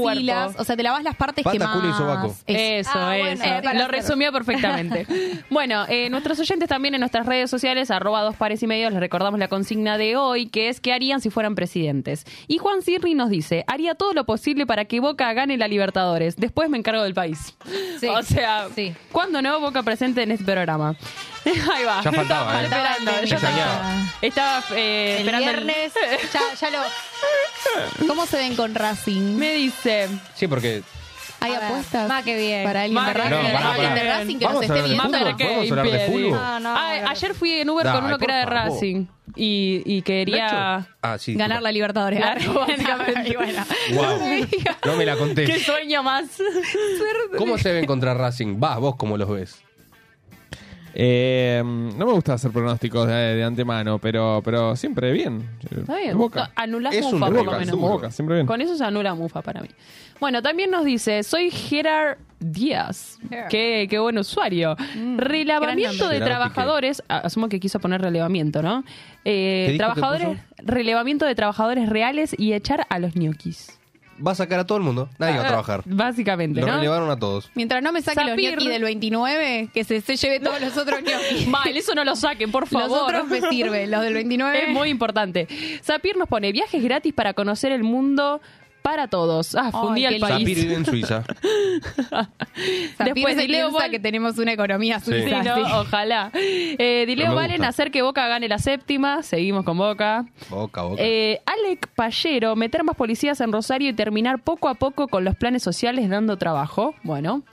S6: cuerpo.
S3: O sea, te lavas las partes
S4: Pata,
S3: que más.
S4: culo y sobaco.
S6: Eso,
S5: Ah, bueno,
S6: eso.
S5: eh, para
S6: Lo
S5: hacer.
S6: resumió perfectamente.
S5: <laughs>
S6: bueno, eh, nuestros oyentes también en nuestras redes sociales, arroba dos pares y medio, les recordamos la consigna de hoy, que es ¿qué harían si fueran presidentes? Y Juan Cirri nos dice, haría todo lo posible para que Boca gane la Libertadores. Después me encargo del país.
S5: Sí,
S6: o sea,
S5: sí.
S6: ¿cuándo no Boca presente en este programa? <laughs> Ahí va.
S4: Ya faltaba,
S6: Estaba
S4: ¿eh?
S6: esperando.
S5: Faltaba el
S6: Yo estaba,
S5: tema.
S6: estaba, eh,
S3: El
S6: esperando el- <laughs>
S3: viernes, ya, ya lo. ¿Cómo se ven con Racing?
S6: Me dice...
S4: Sí, porque.
S3: ¿Hay
S5: A ver,
S3: apuestas?
S6: Ah,
S5: ma, qué bien.
S3: Para alguien
S6: Ma,
S3: de Racing,
S6: no, pará,
S3: para alguien de
S6: pará.
S3: Racing que
S4: Vamos
S3: nos
S4: a
S3: esté
S4: hablar de
S3: viendo.
S4: fútbol. ¿Podemos hablar de fútbol?
S5: No, no,
S6: Ah,
S5: no.
S6: ayer fui en Uber con
S4: Dai,
S6: uno que era de
S4: por favor.
S6: Racing y, y quería...
S4: Nacho. Ah, sí.
S3: Ganar la Libertadores.
S6: <laughs>
S3: <laughs> Y bueno.
S4: Wow. No me la conté.
S6: ¿Qué
S4: <laughs>
S6: sueño más?
S4: ¿Cómo se ven contra Racing? Va, vos cómo los ves.
S7: Eh, no me gusta hacer pronósticos de, de antemano, pero, pero siempre bien.
S6: Está bien. Ah,
S7: Boca.
S6: No, Anulás
S4: Es un
S6: Mufa, por lo
S4: rival,
S6: menos.
S4: es un
S7: Boca, siempre bien.
S6: Con eso se anula Mufa para mí. Bueno, también nos dice, soy Gerard Díaz.
S5: Gerard.
S6: Qué, qué buen usuario.
S3: Mm,
S6: relevamiento
S4: nombre.
S6: de
S4: Gerard
S6: trabajadores. a- Asumo que quiso poner relevamiento, ¿no? Eh,
S4: ¿Qué dijo que
S6: trabajadores, relevamiento de trabajadores reales y echar a los ñoquis.
S4: Va a sacar a todo el mundo. Nadie va a trabajar.
S6: Básicamente,
S4: Lo
S6: Ah, ¿no?
S4: relevaron a todos.
S3: Mientras no me saque los
S6: Sapir.
S3: ñoquis del 29, que se, se lleve todos los
S6: <laughs>
S3: otros ñoquis.
S6: Mal, eso no lo saquen, por
S3: <laughs> Los
S6: favor.
S3: otros me <laughs> sirven, los del 29.
S6: Es muy importante. Sapir nos pone viajes gratis para conocer el mundo para todos. Ah, fundí
S3: qué
S6: al
S3: lindo.
S4: Sapir
S6: país.
S4: vive en Suiza.
S3: Sapir
S6: Después
S3: se
S6: de Leo
S3: piensa
S6: Ball-
S3: que tenemos una economía
S6: Sí,
S3: suiza.
S6: ¿no? Oh.
S3: sí.
S6: Ojalá. Eh, Dileo
S4: me
S6: Valen
S4: gusta.
S6: hacer que Boca gane la séptima. Seguimos con Boca.
S4: <laughs> Boca, boca.
S6: Eh, Alec Pallero, meter más policías en Rosario y terminar poco a poco con los planes sociales dando trabajo. Bueno,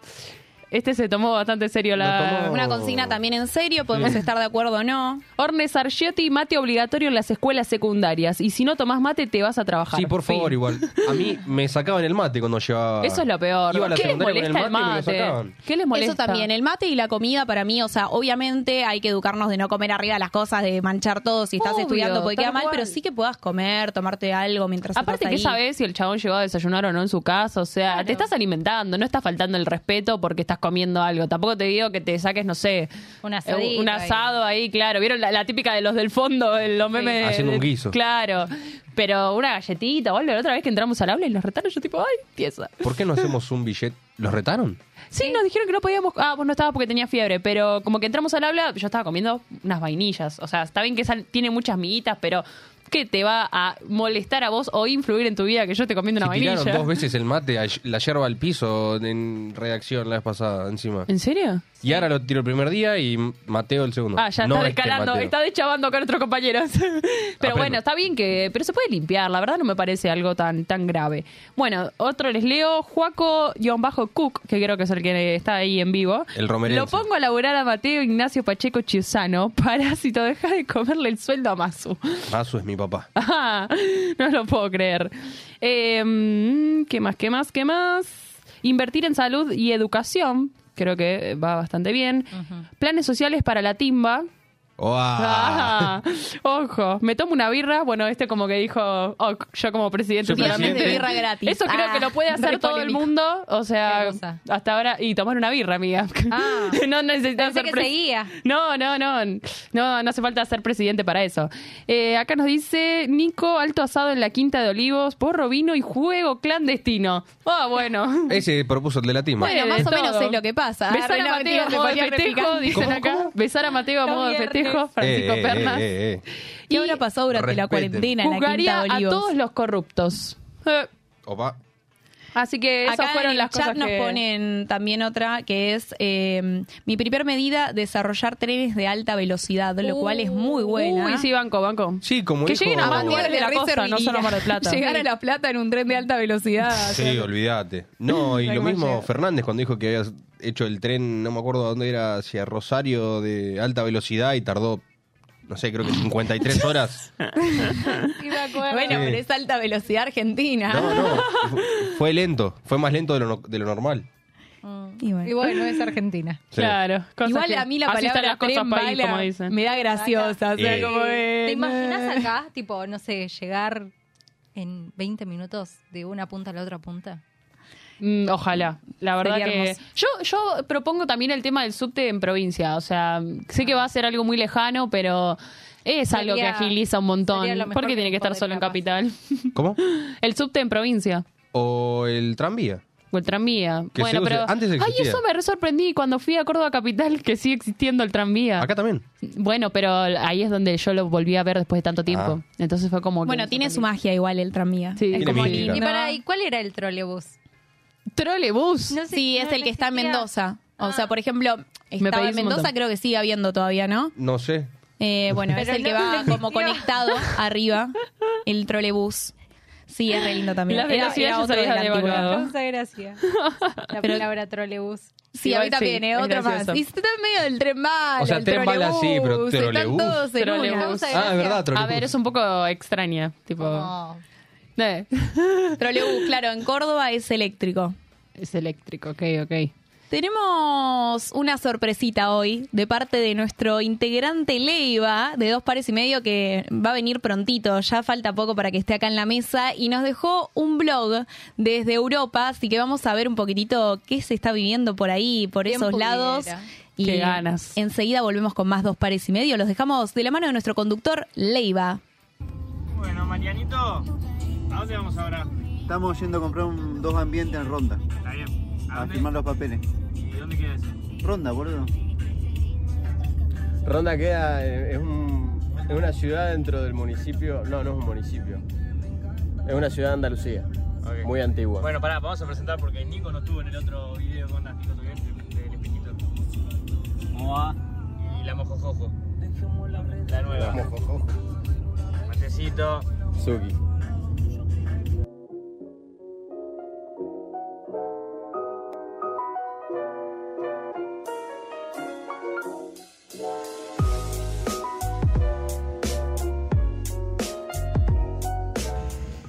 S6: este se tomó bastante serio
S4: Lo tomó.
S6: la...
S3: Una consigna también en serio, podemos estar de acuerdo o no.
S6: Ornes Argiotti, mate obligatorio en las escuelas secundarias. Y si no tomás mate, te vas a trabajar.
S4: sí, por
S6: Fin.
S4: favor, igual. A mí me sacaban el mate cuando llevaba.
S6: Eso es lo peor.
S4: Iba a la
S6: ¿Qué les
S4: secundaria con
S6: molesta el
S4: y me
S6: mate?
S4: lo sacaban.
S6: ¿Qué les molesta?
S3: Eso también, el mate y la comida para mí, o sea, obviamente hay que educarnos de no comer arriba las cosas, de manchar todo si estás
S6: Obvio,
S3: estudiando porque queda
S6: tal
S3: mal,
S6: cual.
S3: pero sí que puedas comer, tomarte algo mientras
S6: Aparte,
S3: estás
S6: que
S3: ahí.
S6: sabes si el chabón llegó a desayunar o no en su casa? O sea, te estás alimentando, no estás faltando el respeto porque estás comiendo algo. Tampoco te digo que te saques, no sé,
S5: Un
S6: eh,
S5: asadito
S6: un
S5: ahí.
S6: asado ahí, claro. ¿Vieron la, la típica de los del fondo, de los memes? de-
S4: Haciendo un guiso.
S6: Claro. Pero una galletita o algo. La otra vez que entramos al aula y los retaron, yo tipo, ay, pieza.
S4: ¿Por qué no hacemos un billete? ¿Los retaron?
S6: Sí, nos dijeron que no podíamos. Ah, vos no estabas porque tenía fiebre, pero como que entramos al habla, yo estaba comiendo unas vainillas. O sea, está bien que sal- tiene muchas miguitas, pero ¿qué te va a molestar a vos o influir en tu vida que yo esté comiendo
S4: Si
S6: una vainilla?
S4: tiraron dos veces el mate, a- la yerba al piso en redacción la vez pasada, encima.
S6: ¿En serio?
S4: Y ahora lo tiro el primer día y Mateo el segundo.
S6: Ah, ya
S4: No
S6: está
S4: este
S6: descalando,
S4: Mateo.
S6: está deschavando con otros compañeros. <laughs> pero bueno, está bien que. Pero se puede limpiar, la verdad no me parece algo tan, tan grave. Bueno, otro les leo, Juaco-Cook, que creo que es el que está ahí en vivo.
S4: El romerense.
S6: Lo pongo a laburar a Mateo Ignacio Pacheco Chiusano, parásito, deja de comerle el sueldo a Masu.
S4: Masu es mi papá.
S6: Ah, <laughs> no lo puedo creer. Eh, mm, ¿Qué más? ¿Qué más? ¿Qué más? Invertir en salud y educación. Creo que eh, va bastante bien. Planes sociales para la timba.
S4: ¡Uah!
S6: Ah, <laughs> ojo, me tomo una birra. Bueno, este como que dijo, oh, yo como presidente
S4: Yo
S3: Viernes
S6: solamente.
S3: de birra gratis.
S6: Eso creo
S3: Ah,
S6: que lo puede hacer
S3: re
S6: todo el
S3: polémico.
S6: mundo. O
S5: Qué
S6: sea,
S5: cosa.
S6: hasta ahora. Y tomar una birra, amiga.
S5: Ah.
S6: <laughs> no necesitas
S5: Pensé
S6: ser
S5: que
S6: pre-
S5: seguía.
S6: No, no, no. No, no hace falta ser presidente para eso. Eh, acá nos dice Nico, alto asado en la quinta de olivos, porro vino y juego clandestino. Ah, bueno.
S4: Ese propuso el de la timba.
S3: <laughs> Bueno,
S6: Puede
S3: más o
S6: todo.
S3: menos es lo que pasa.
S6: Besar a
S3: Arruinaba el
S6: Mateo a
S3: tiro, te
S6: modo de
S3: ponía re
S6: festejo,
S3: picante.
S6: dicen
S4: ¿Cómo,
S6: acá.
S4: cómo?
S6: Besar a Mateo a
S5: Los
S6: modo de
S5: viernes.
S6: festejo, Francisco
S4: Eh, eh,
S6: Pernas.
S4: eh, eh, eh.
S3: ¿Qué habrá pasado durante la
S4: Respeten.
S3: cuarentena en la
S6: Juzgaría
S3: Quinta de
S6: a
S3: Olivos?
S6: todos los corruptos. Eh,
S4: Opa.
S6: Así que esas
S3: Acá
S6: fueron
S3: en el
S6: las
S3: chat
S6: cosas
S3: nos
S6: que...
S3: ponen también otra que es eh, mi primer medida desarrollar trenes de alta velocidad, lo cual es muy buena.
S6: Uh, Uy, sí, banco, banco.
S4: Sí, como
S6: Que
S4: dijo...
S6: lleguen a más
S3: Manuel
S6: lugares de la
S3: re
S6: costa, no
S3: serviría.
S6: solo a Mar del <laughs> Plata.
S3: Llegar a La Plata en un tren de alta velocidad.
S6: Ah,
S4: Sí,
S6: <clears throat>
S4: olvídate. No, y
S6: Ay,
S4: lo
S6: cómo
S4: mismo
S6: llega.
S4: Fernández cuando dijo que había hecho el tren, no me acuerdo a dónde era, hacia Rosario de alta velocidad y tardó no sé, creo que
S6: <laughs>
S4: 53 horas.
S5: Sí, me acuerdo.
S3: Bueno,
S4: Sí.
S3: pero es alta velocidad argentina.
S6: Ah.
S4: No, no. fu- Fue lento. Fue más lento de lo, no- de lo normal.
S3: Y bueno.
S5: Mm. Y bueno, es Argentina.
S4: Sí.
S6: Claro. cosas
S3: Igual
S6: que-
S3: a mí la
S6: así están
S3: palabra
S6: las cosas
S3: tren
S6: país,
S3: bala
S6: como dicen.
S3: me da graciosa. o sea,
S4: Eh.
S3: como eh.
S5: ¿Te
S3: de-
S5: imaginas acá, tipo, no sé, llegar en 20 minutos de una punta a la otra punta?
S6: Mm, Ojalá, la verdad
S3: Sería
S6: que...
S3: hermoso.
S6: Yo, yo propongo también el tema del subte en provincia, o sea, sé que va a ser algo muy lejano, pero es algo que
S5: Sería-
S6: agiliza un
S5: sería
S6: montón.
S5: lo mejor
S6: ¿Por qué
S5: que
S6: tiene que estar
S5: podría
S6: solo en
S5: pasar.
S6: capital? <laughs>
S4: ¿Cómo?
S6: el subte en provincia.
S4: O el tranvía.
S6: O el tranvía.
S4: Que
S6: bueno,
S4: se use.
S6: pero.
S4: Antes existía.
S6: Ay, eso me re sorprendí cuando fui a Córdoba Capital que sigue existiendo el tranvía.
S4: Acá también.
S6: Bueno, pero ahí es donde yo lo volví a ver después de tanto tiempo.
S4: Ah.
S6: Entonces fue como. que
S3: Bueno,
S6: me
S3: tiene su
S6: sorprendí.
S3: magia igual el tranvía.
S6: Sí.
S3: es
S6: Tiene
S3: como
S4: mística.
S3: lindo.
S5: Y para ¿y cuál era el trolebús?
S6: Trolebús.
S4: Ah,
S5: No sé,
S3: Sí,
S5: no,
S3: es el
S5: no
S3: que está en
S5: existía.
S3: Mendoza. O sea, por ejemplo,
S6: pedís
S3: estaba
S6: un
S3: en Mendoza,
S6: montón.
S3: creo que sigue habiendo todavía, ¿no?
S4: No sé.
S3: Eh, bueno, es
S5: Pero
S3: el que
S5: no
S3: va
S5: existió.
S3: como <laughs> conectado arriba, el trolebús. Sí, es re lindo también.
S6: Las
S3: Era-
S6: velocidades
S3: era
S6: ya
S3: otro
S6: se habían
S3: de la antigüedad.
S6: devaluado.
S5: Causa gracia. <laughs> La
S3: Pero-
S5: palabra trolebús.
S3: Sí,
S6: Igual
S3: a mí también,
S6: sí,
S3: ¿eh?
S6: es
S3: otro más.
S6: gracioso.
S3: Y está en medio del tren bala,
S4: O sea,
S3: el
S4: tren bala sí, pero
S3: trolebús, están
S4: trolebús.
S3: todos en una.
S6: Trolebús.
S5: Causa
S4: Ah, es verdad,
S6: Eh, A
S4: trolebús.
S6: ver, es un poco extraña. Tipo.
S5: Oh.
S6: Eh,
S3: Trolebús, claro, en Córdoba es eléctrico.
S6: Es eléctrico, ok,
S3: <laughs>
S6: ok.
S3: Tenemos una sorpresita hoy de parte de nuestro integrante Leiva, de dos pares y medio, que va a venir prontito, ya falta poco para que esté acá en la mesa, y nos dejó un blog desde Europa, así que vamos a ver un poquitito qué se está viviendo por ahí, por
S5: Bien
S3: esos
S5: pudiera.
S3: lados. Y
S6: Qué ganas.
S3: enseguida volvemos con más dos pares y medio, los dejamos de la mano de nuestro conductor Leiva.
S8: Bueno, Marianito, ¿a dónde vamos ahora?
S9: Estamos yendo a comprar un dos ambiente en Ronda
S8: Está bien. ¿A
S9: a
S8: dónde?
S9: firmar los papeles.
S8: ¿Y dónde queda eso?
S9: Ronda, boludo.
S10: Ronda queda, eh, es, un- es una ciudad dentro del municipio, no, no es un municipio, es una ciudad de Andalucía,
S8: Ok.
S10: muy antigua.
S8: Bueno, pará, vamos a presentar porque Nico no estuvo en el otro video con las Nico Toguer de- del espejito. ¿Cómo va? Y la mojojojo. La nueva. Matecito.
S10: Suki.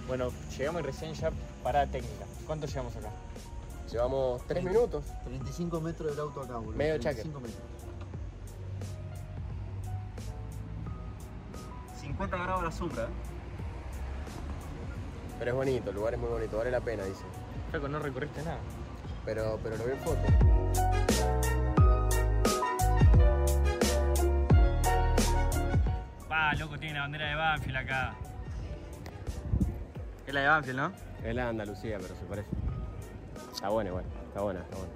S8: Bueno, llegamos y recién ya parada técnica. ¿Cuánto llegamos acá?
S10: Llevamos tres minutos.
S9: 35 metros del auto acá, boludo.
S10: Medio
S9: 35 metros.
S8: 50 grados a la sombra.
S10: Pero es bonito, el lugar es muy bonito, vale la pena, dice.
S8: Flaco, no recorriste nada.
S10: Pero, pero lo vi en foto.
S8: Pa, loco, tiene la bandera de Banfield acá. Es la de Banfield, ¿no?
S10: Es la de Andalucía, pero se parece. Está buena igual, está buena, está buena.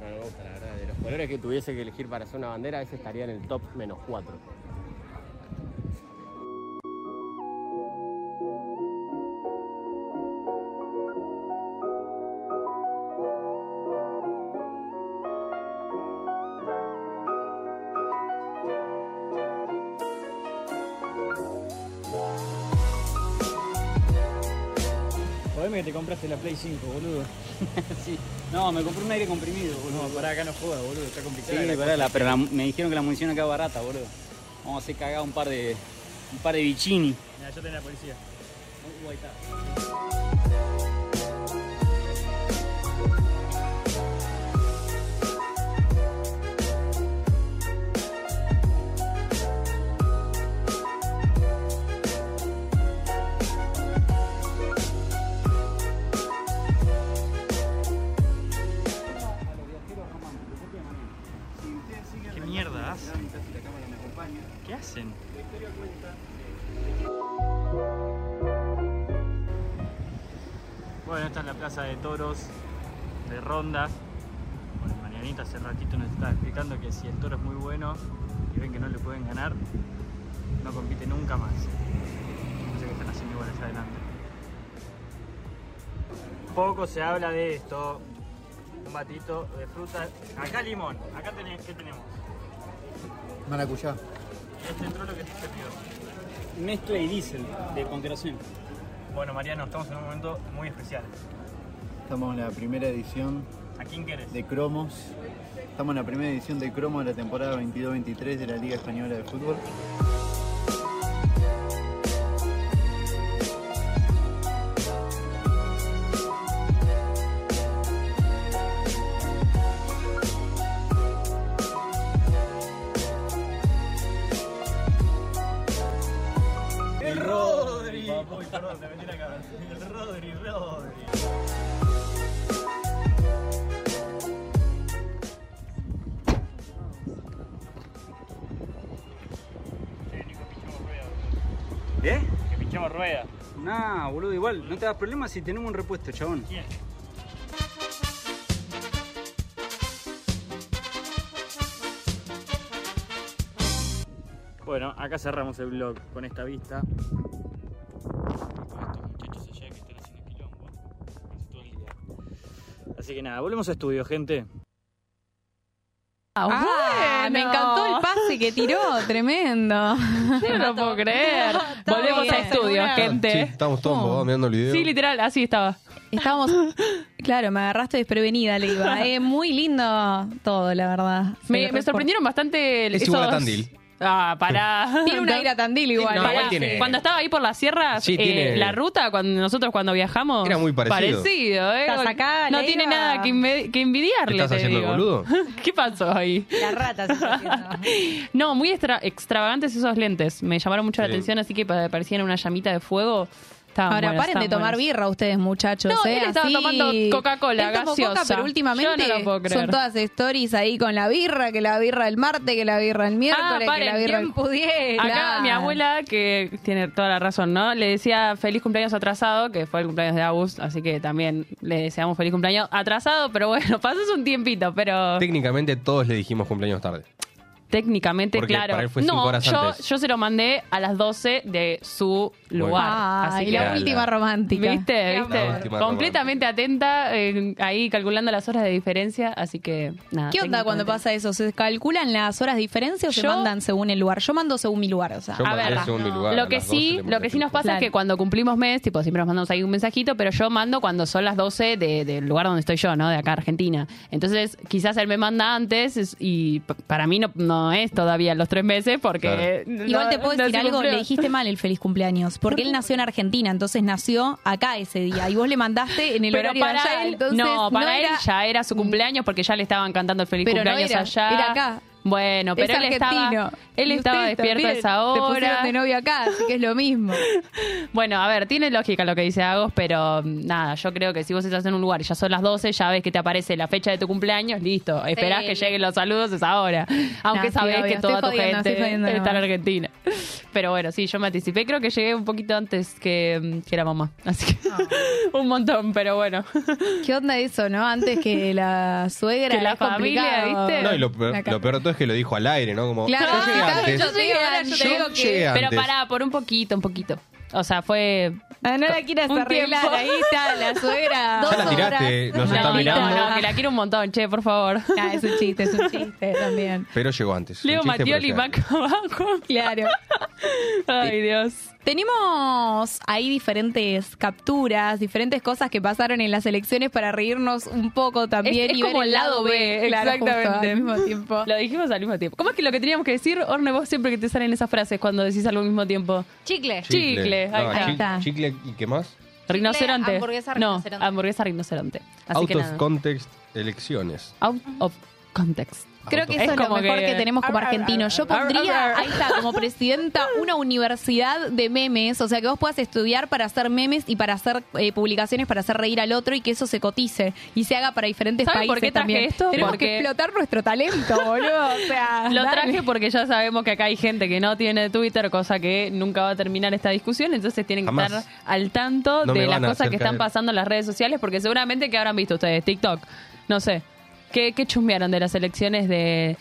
S10: No, no me gusta, la verdad. De los colores que tuviese que elegir para hacer una bandera, ese estaría en el top menos cuatro.
S8: Jodeme que te compraste la Play 5, <laughs> boludo. sí. No, me compré un aire comprimido, boludo. No, pará, acá no jodas, boludo. Está complicado. Sí, pará, la- pero la- me dijeron que la munición acá es barata, boludo. Vamos a hacer cagar un par de. un par de bichini. Mira, yo tenía la policía. ¿Qué mierda hacen? ¿Qué hacen? Bueno, esta es la plaza de toros de Ronda. Bueno, Marianita hace ratito nos estaba explicando que si el toro es muy bueno y ven que no le pueden ganar, no compite nunca más. No sé qué están haciendo igual allá adelante. Poco se habla de esto. Un batito de fruta. Acá limón. Acá tenés, ¿qué tenemos?
S9: Maracuyá.
S8: Este trolo que te pidió. Mezcla y diésel de congelación. Bueno, Mariano, estamos en un momento muy especial.
S9: Estamos en la primera edición
S8: ¿A quién querés?
S9: de Cromos Estamos en la primera edición de Cromo de la temporada 22-23 de la Liga Española de Fútbol.
S10: ¡El Rodri!
S8: ¿Eh? Que pinchamos rueda. Nah, boludo, igual, no te das problema si tenemos un repuesto, chabón. Bueno, acá cerramos el vlog con esta vista. Así que nada, volvemos a estudio, gente.
S3: Ah,
S6: bueno.
S3: Me encantó el pase que tiró, tremendo.
S6: Yo no lo puedo creer. <laughs>
S3: Está
S6: Volvemos
S3: bien.
S6: a estudio,
S4: Sí,
S6: gente.
S4: estamos todos bobados mirando el video.
S6: Sí, literal, así estaba.
S3: Estábamos. Claro, me agarraste desprevenida, le
S6: <laughs>
S3: iba. Eh, muy lindo todo, la verdad. Se
S6: Me,
S3: lo
S6: me
S3: recuerdo.
S6: sorprendieron bastante
S4: Es
S6: esos...
S4: igual a Tandil.
S6: Ah, pará.
S3: Tiene una ira Tandil igual.
S4: No,
S6: Pará,
S4: igual tiene-
S6: Cuando estaba ahí por las sierras,
S4: Sí,
S6: eh,
S4: tiene-
S6: la ruta, cuando nosotros cuando viajamos...
S4: Era muy parecido.
S6: Parecido, ¿eh?
S3: Estás acá,
S6: no
S3: Leiva.
S6: tiene nada que, inve- que envidiarle,
S4: ¿Estás
S6: te
S4: haciendo el
S6: digo.
S4: boludo?
S6: <laughs> ¿Qué pasó ahí?
S2: La rata se está haciendo.
S6: No, muy extra- extravagantes esos lentes. Me llamaron mucho la
S4: Sí.
S6: atención, así que pa- parecían una llamita de fuego. Estaban
S3: Ahora
S6: buenos,
S3: paren de
S6: estaban
S3: tomar
S6: Ah, buenos.
S3: birra ustedes, muchachos.
S6: No,
S3: ¿eh?
S6: él estaba
S3: Así-
S6: tomando Coca-Cola,
S3: Él tomó Coca,
S6: gaseosa.
S3: pero últimamente
S6: Yo no lo puedo creer.
S3: son todas stories ahí con la birra, que la birra el martes, que la birra el miércoles, que
S6: Ah, paren,
S3: la birra el
S6: ¿quién
S3: pudiera.
S6: Acá mi abuela, que tiene toda la razón, ¿no? Le decía feliz cumpleaños atrasado, que fue el cumpleaños de Agus, así que también le deseamos feliz cumpleaños atrasado, pero bueno, <laughs> pasas un tiempito, pero
S4: Técnicamente todos le dijimos cumpleaños tarde.
S6: técnicamente,
S4: Porque
S6: claro.
S4: para él fue
S6: no,
S4: cinco horas
S6: yo,
S4: antes.
S6: yo se lo mandé a las 12 de su
S4: Muy
S6: lugar.
S3: Ah,
S6: así
S3: y
S6: que,
S3: la
S4: Ala.
S3: última romántica.
S6: ¿Viste?
S4: amor.
S6: ¿Viste? Completamente atenta, eh, ahí calculando las horas de diferencia, así que nada.
S3: ¿Qué onda
S6: técnicamente-
S3: cuando pasa eso? ¿Se calculan las horas de diferencia o se
S6: Yo-
S3: mandan según el lugar? Yo mando según mi lugar, o sea.
S4: Yo
S6: A
S4: mandé
S6: ver,
S4: en segundo
S6: no.
S4: lugar, a
S6: lo que
S4: las 12
S6: sí,
S4: le mandé
S6: lo que sí nos pasa
S3: Claro.
S6: es que cuando cumplimos mes, tipo, siempre nos mandamos ahí un mensajito, pero yo mando cuando son las 12 de- del lugar donde estoy yo, ¿no? De acá, Argentina. Entonces, quizás él me manda antes es- y p- para mí no, no es todavía los tres meses porque...
S3: Igual
S6: no-
S3: te puedo
S6: no
S3: decir
S6: se
S3: algo,
S6: cumplió.
S3: le dijiste mal el feliz cumpleaños, porque él nació en Argentina, entonces nació acá ese día y vos le mandaste en el
S6: Pero
S3: horario de
S6: para
S3: allá,
S6: él,
S3: entonces
S6: no, para él
S3: era- Mm.
S6: ya era su cumpleaños porque ya le estaban cantando el feliz
S3: Pero no
S6: cumpleaños
S3: era,
S6: allá.
S3: era acá.
S6: Bueno, pero
S3: es
S6: él
S3: argentino.
S6: estaba, él
S3: Y
S6: estaba
S3: ustedes
S6: despierto a
S3: también
S6: esa
S3: Te
S6: hora.
S3: pusieron de novio acá, así que es lo mismo.
S6: Bueno, a ver, tiene lógica lo que dice Agos, pero mm, nada, yo creo que si vos estás en un lugar y ya son las 12, ya ves que te aparece la fecha de tu cumpleaños, listo. Esperás que lleguen los saludos, es
S3: <laughs>
S6: ahora. Aunque
S3: No, sí,
S6: sabés
S3: obvio.
S6: que
S3: Estoy
S6: toda tu
S3: jodiendo,
S6: gente
S3: estoy jodiendo,
S6: está en
S3: nomás.
S6: Argentina. Pero bueno, sí, yo me anticipé. Creo que llegué un poquito antes que, mm, que la mamá. Así
S3: Ah.
S6: que <laughs> un montón, pero bueno.
S3: <laughs> ¿Qué onda eso, no? Antes que la suegra.
S6: Que la
S3: es complicado.
S6: familia, ¿viste? <laughs>
S4: No, y lo, peor-
S3: Acá.
S4: lo peor de todo es que lo dijo al aire, ¿no? Como,
S3: Claro,
S4: yo llegué
S3: claro,
S4: antes.
S3: yo llegué ahora, yo te
S4: Yo
S3: digo que-
S4: llegué
S6: Pero
S4: antes.
S6: pará, por un poquito, un poquito. O sea, fue...
S3: Ah, no la quieras
S6: Un
S3: arreglar,
S6: tiempo.
S3: ahí está la <laughs> suegra.
S4: Ya la tiraste, nos
S6: No,
S4: está
S6: no,
S4: mirando.
S6: no, que la quiero un montón, che, por favor. <laughs>
S3: Ah, es un chiste, es un chiste también.
S4: Pero llegó antes.
S6: Leo
S4: Un chiste, pero
S6: Matioli,
S4: llegó antes.
S6: Mac <laughs> abajo. <laughs>
S3: Claro.
S6: Ay, Dios.
S3: Tenemos ahí diferentes capturas, diferentes cosas que pasaron en las elecciones para reírnos un poco también.
S6: es
S3: y
S6: como
S3: ver
S6: el lado B,
S3: claro,
S6: exactamente.
S3: justo al mismo
S6: <laughs>
S3: tiempo.
S6: Lo dijimos al mismo tiempo. ¿Cómo es que lo que teníamos que decir, Orne, vos siempre que te salen esas frases cuando decís algo al mismo tiempo?
S5: Chicle.
S6: Chicle, ahí
S4: No,
S6: está.
S4: chi-
S3: Ahí está.
S4: Chicle y qué más.
S6: Rinoceronte.
S5: hamburguesa,
S6: No,
S5: rinoceronte.
S6: hamburguesa rinoceronte. Así
S4: Out
S6: que
S4: of
S6: nada.
S4: context, elecciones.
S6: Out of context.
S3: Creo que eso
S6: Es
S3: es, lo
S6: como
S3: mejor
S6: que-
S3: que, tenemos como argentinos. Yo
S6: ar,
S3: pondría,
S6: ar.
S3: ahí está,
S6: <laughs>
S3: como presidenta, una universidad de memes. O sea, que vos puedas estudiar para hacer memes y para hacer eh, publicaciones, para hacer reír al otro y que eso se cotice y se haga para diferentes
S6: ¿Saben
S3: países
S6: por qué traje
S3: también.
S6: esto?
S3: Tenemos
S6: Porque-
S3: que explotar nuestro talento, boludo. O
S6: <laughs>
S3: sea,
S5: Ah,
S6: Lo
S3: dale.
S6: traje porque ya sabemos que acá hay gente que no tiene Twitter, cosa que nunca va a terminar esta discusión, entonces tienen que
S4: Jamás.
S6: estar al tanto
S4: No me
S6: de las
S4: van a
S6: cosas
S4: hacer
S6: que están
S4: caer.
S6: pasando en las redes sociales, porque seguramente que habrán visto ustedes TikTok, no sé, ¿qué, qué chusmearon de las elecciones de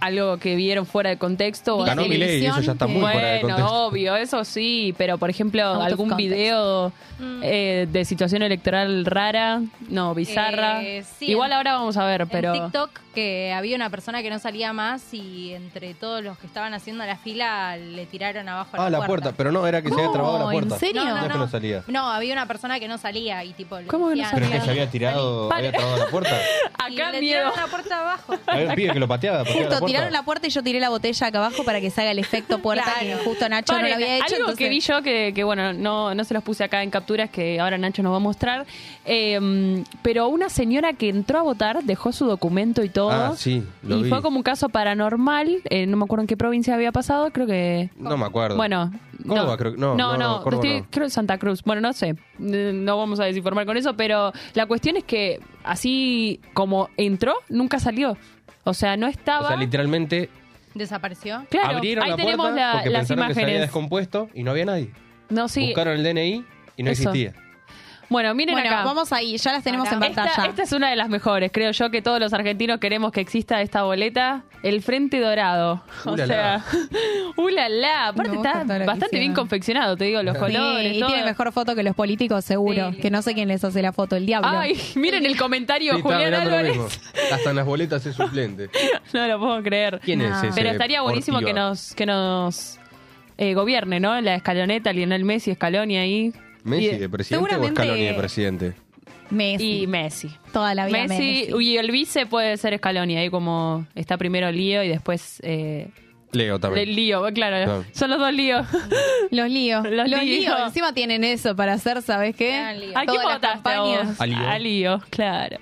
S6: algo que vieron fuera de contexto? o
S4: Ganó
S6: así?
S4: mi ley, eso ya está muy fuera de
S6: Bueno,
S4: contexto.
S6: obvio, eso sí, pero por ejemplo,
S3: Out of
S6: algún
S3: context.
S6: video
S5: Mm.
S6: eh, de situación electoral rara, no, bizarra.
S5: Eh, sí,
S6: Igual
S5: en-
S6: ahora vamos a ver, pero...
S5: En TikTok que había una persona que no salía más y entre todos los que estaban haciendo la fila le tiraron abajo
S4: Ah, la puerta, pero no, era que se había trabado la
S3: No, ¿en
S4: puerta.
S3: serio?
S5: No, no,
S4: Ya que
S5: no.
S4: no salía.
S5: No, había una persona que no salía y tipo... le
S6: ¿Cómo que no
S5: decían,
S4: Pero es que
S5: "Salí".
S4: se había tirado, había trabado la puerta.
S5: Y
S6: Acá
S5: le
S6: miedo.
S5: tiraron la puerta abajo.
S4: Había un pibe que lo pateaba. pateaba la
S3: Justo
S4: puerta.
S3: tiraron la puerta y yo tiré la botella acá abajo para que salga
S6: <laughs>
S3: el efecto puerta
S5: Claro.
S3: que justo Nacho no
S6: Paren,
S3: lo había hecho.
S6: Algo que
S3: entonces-
S6: vi yo que, que, bueno, no, no se los puse acá en capturas que ahora Nacho nos va a mostrar. eh, pero una señora que entró a votar dejó su documento y todo.
S4: Ah, sí, lo
S6: y
S4: vi.
S6: fue como un caso paranormal. eh, no me acuerdo en qué provincia había pasado, creo que.
S4: No me acuerdo.
S6: Bueno,
S4: Córdoba,
S6: no,
S4: creo que- no,
S6: no,
S4: no,
S6: no,
S4: no, Córdoba
S6: estoy-
S4: no.
S6: creo que Santa Cruz. Bueno, no sé, eh, no vamos a desinformar con eso, pero la cuestión es que así como entró, nunca salió. O sea, no estaba.
S4: O sea, literalmente
S5: Desapareció.
S6: claro,
S4: abrieron
S6: ahí
S4: la puerta
S6: tenemos la-
S4: porque
S6: las
S4: pensaron que se había
S6: imágenes.
S4: descompuesto y no había nadie.
S6: No, sí.
S4: Buscaron el DNI y no
S6: Eso.
S4: existía.
S6: Bueno, miren
S3: Bueno,
S6: acá.
S3: vamos ahí, ya las tenemos en
S6: Esta-
S3: pantalla.
S6: Esta, es una de las mejores, creo yo, que todos los argentinos queremos que exista esta boleta, el Frente Dorado. o
S4: Ulala. <laughs>
S6: sea, ulala. Aparte
S3: Me gusta
S6: está
S3: todo lo que
S6: bastante bien
S3: hicieron.
S6: confeccionado, te digo, los
S3: Sí,
S6: colores.
S3: y
S6: todo.
S3: tiene mejor foto que los políticos, seguro.
S5: Sí.
S3: que no sé quién les hace la foto, el diablo.
S6: Ay, <laughs> miren el comentario,
S4: Sí, estaba
S6: Julián
S4: mirando lo mismo.
S6: Álvarez.
S4: Hasta en las boletas es suplente.
S6: <laughs> No lo puedo creer.
S4: ¿Quién es ese?
S6: Pero estaría buenísimo que
S4: Ortiva?
S6: nos, que nos eh, gobierne, ¿no? La escaloneta, Lionel Messi, Scaloni ahí.
S4: ¿Messi
S6: Y-
S4: de presidente o
S3: seguramente-
S4: Scaloni de presidente?
S3: Messi.
S6: Y Messi.
S3: toda la vida
S6: Messi,
S3: Messi.
S6: y el vice puede ser Scaloni, ahí como está primero Lío y después eh,
S4: Leo también.
S6: el lío, claro,
S4: Claro.
S6: son los dos líos.
S3: Los líos.
S6: Los
S3: Los,
S6: líos.
S3: líos. Encima tienen eso para hacer, ¿sabes qué?
S5: Gran lío.
S6: <laughs> ¿A quién
S3: Todas las
S6: votaste a
S3: campañas.
S6: vos?
S4: A Lío.
S6: A Lío, claro.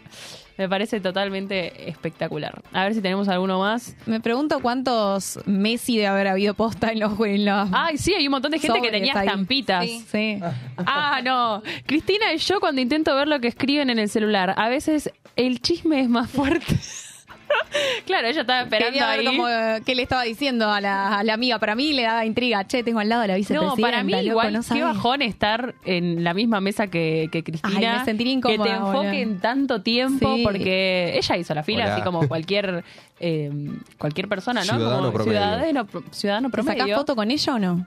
S6: Me parece totalmente espectacular. A ver si tenemos alguno más.
S3: Me pregunto cuántos Messi de haber habido posta en los en los-
S6: Ay, sí, Ah, hay un montón de gente que
S3: Sobres
S6: tenía
S3: ahí.
S6: estampitas.
S5: Sí.
S3: Sí.
S6: Ah, no. Cristina y yo cuando intento ver lo que escriben en el celular, a veces el chisme es más fuerte. <laughs> claro, ella estaba esperando
S3: Quería ver
S6: ahí.
S3: cómo, eh, qué le estaba diciendo a la, a la amiga. Para mí le daba intriga. Che, tengo al lado a la
S6: No,
S3: vicepresidenta.
S6: para mí
S3: loco,
S6: igual
S3: no
S6: qué
S3: sabés.
S6: bajón estar en la misma mesa que, que Cristina.
S3: Ay, me sentiría
S6: Que te
S3: incómoda, boludo.
S6: enfoquen tanto tiempo
S3: Sí.
S6: porque ella hizo la fila
S4: Hola.
S6: así como cualquier eh, cualquier persona, ¿no?
S4: Ciudadano
S6: Como
S4: promedio.
S6: Ciudadano, pro- ciudadano
S3: ¿Te
S6: promedio.
S3: sacás foto con ella o no?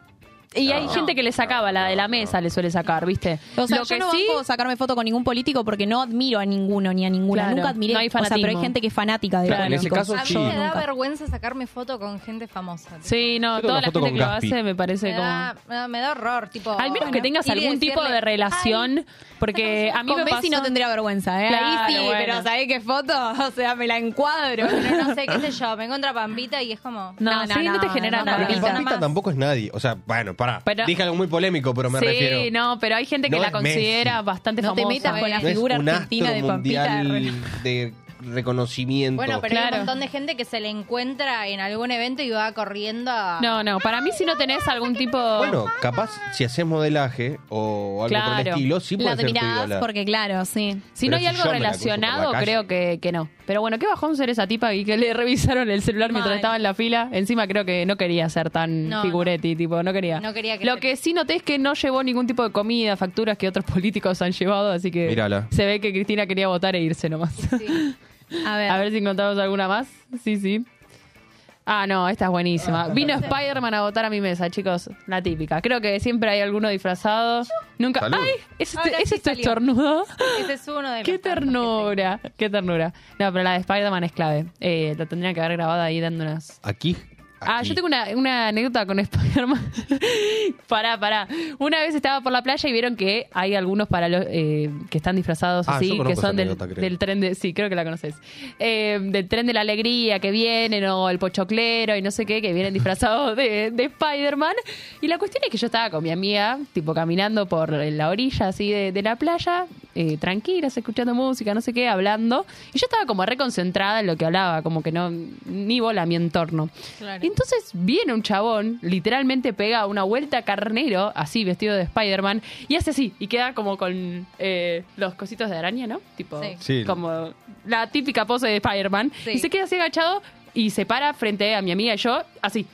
S6: Y hay gente que le sacaba, la de la mesa le suele sacar, ¿viste?
S3: O sea,
S6: Lo
S3: yo
S6: que
S3: no
S6: sí,
S3: puedo sacarme foto con ningún político porque no admiro a ninguno ni a ninguna.
S6: Claro,
S3: Nunca admiré.
S6: no hay
S3: o sea, pero hay
S6: fanatismo.
S3: gente que es fanática de
S6: Claro,
S4: en ese
S3: políticos.
S4: caso
S5: A mí
S4: sí.
S5: me da
S3: Nunca.
S5: vergüenza sacarme foto con gente famosa.
S6: sí, no,
S4: Yo tengo
S6: toda
S4: una
S6: la
S4: foto
S6: gente
S4: con
S6: que lo
S4: Gaspi.
S6: hace me parece
S5: Me
S6: como...
S5: da, me da- me da horror, tipo...
S6: Al menos que
S5: bueno,
S6: tengas
S5: ir y
S6: algún tipo de
S5: decirle,
S6: relación, porque a mí
S3: con
S6: me
S3: Messi
S6: pasó-
S3: no tendría vergüenza, ¿eh?
S6: Claro,
S3: Ahí sí,
S6: bueno.
S3: pero ¿sabés qué foto? <laughs> O sea, me la encuadro.
S5: "Ay, pero no sé, qué sé yo, me encuentra Pampita y es como...
S6: No,
S3: No, no,
S6: sí, no, te
S3: no,
S6: genera
S3: no,
S6: nada.
S4: Porque
S3: Pampita.
S4: Pampita
S5: Ah, Nada más.
S4: tampoco es nadie. O sea, bueno, pará.
S6: Pero-
S4: Dije algo muy polémico, pero me
S6: sí,
S4: refiero.
S6: no, pero hay gente que
S4: No
S6: la
S4: es
S6: considera
S4: Messi.
S6: bastante
S3: No te
S6: famosa.
S3: metas con la
S4: No es
S3: figura
S4: un
S3: argentina
S4: astro
S3: de Pampita.
S4: mundial de reconocimiento.
S5: Bueno, pero hay
S6: Claro.
S5: un montón de gente que se le encuentra en algún evento y va corriendo a...
S6: No, no, para mí si no tenés algún tipo...
S4: Bueno, capaz si haces modelaje o algo por el
S6: Ah. Claro.
S4: estilo, sí
S3: La
S4: puede ser tu
S3: admirás
S4: ídola.
S3: porque, claro, sí.
S6: si
S4: pero
S6: no hay
S4: si yo me
S6: algo
S4: la cruzo por la
S6: relacionado,
S4: calle.
S6: creo que, que no. Pero bueno, qué bajón ser esa tipa y que le <laughs> revisaron el celular mientras
S3: Mal.
S6: estaba en la fila. Encima creo que no quería ser tan
S5: No,
S6: figuretti, tipo, no quería.
S5: No quería que-
S6: Lo que sí noté es que no llevó ningún tipo de comida, facturas que otros <laughs> políticos han llevado, así que
S4: Mírala.
S6: se ve que Cristina quería votar e irse nomás. <laughs>
S5: Sí.
S3: A ver.
S6: A ver si encontramos alguna más. Sí, sí. Ah, no, esta es
S5: Ah,
S6: buenísima. Vino Spider-Man a votar a mi mesa, chicos. La típica. Creo que siempre hay alguno disfrazado. Nunca.
S4: Salud.
S6: ¡Ay! ¿Es este,
S5: Ahora
S6: es
S5: sí
S6: este
S5: salió.
S6: estornudo?
S5: Ese es uno de los tantos que
S6: ¡Qué ternura! ¡Qué ternura! No, pero la de Spider-Man es clave. Eh, la tendría que haber grabada ahí dando unas.
S4: Aquí.
S6: Ah,
S4: aquí.
S6: yo tengo una, una anécdota con Spider-Man. <laughs> pará, pará. Una vez estaba por la playa y vieron que hay algunos para los, eh, que están disfrazados
S4: Ah, yo
S6: así,
S4: conozco
S6: que
S4: esa
S6: son del,
S4: anécdota, creo.
S6: del tren de. Sí, creo que la conoces. Eh, del tren de la alegría que vienen, o el pochoclero y no sé qué, que vienen disfrazados de, de Spider-Man. Y la cuestión es que yo estaba con mi amiga, tipo caminando por la orilla así de, de la playa, eh, tranquilas, escuchando música, no sé qué, hablando. Y yo estaba como reconcentrada en lo que hablaba, como que no. ni bola a mi entorno.
S5: Claro.
S6: Y entonces viene un chabón, literalmente pega una vuelta a carnero, así vestido de Spider-Man, y hace así, y queda como con eh, los cositos de araña, ¿no? Tipo,
S5: Sí.
S4: Sí.
S6: como la típica pose de Spider-Man.
S5: Sí.
S6: Y se queda así agachado y se para frente a mi amiga y yo, así.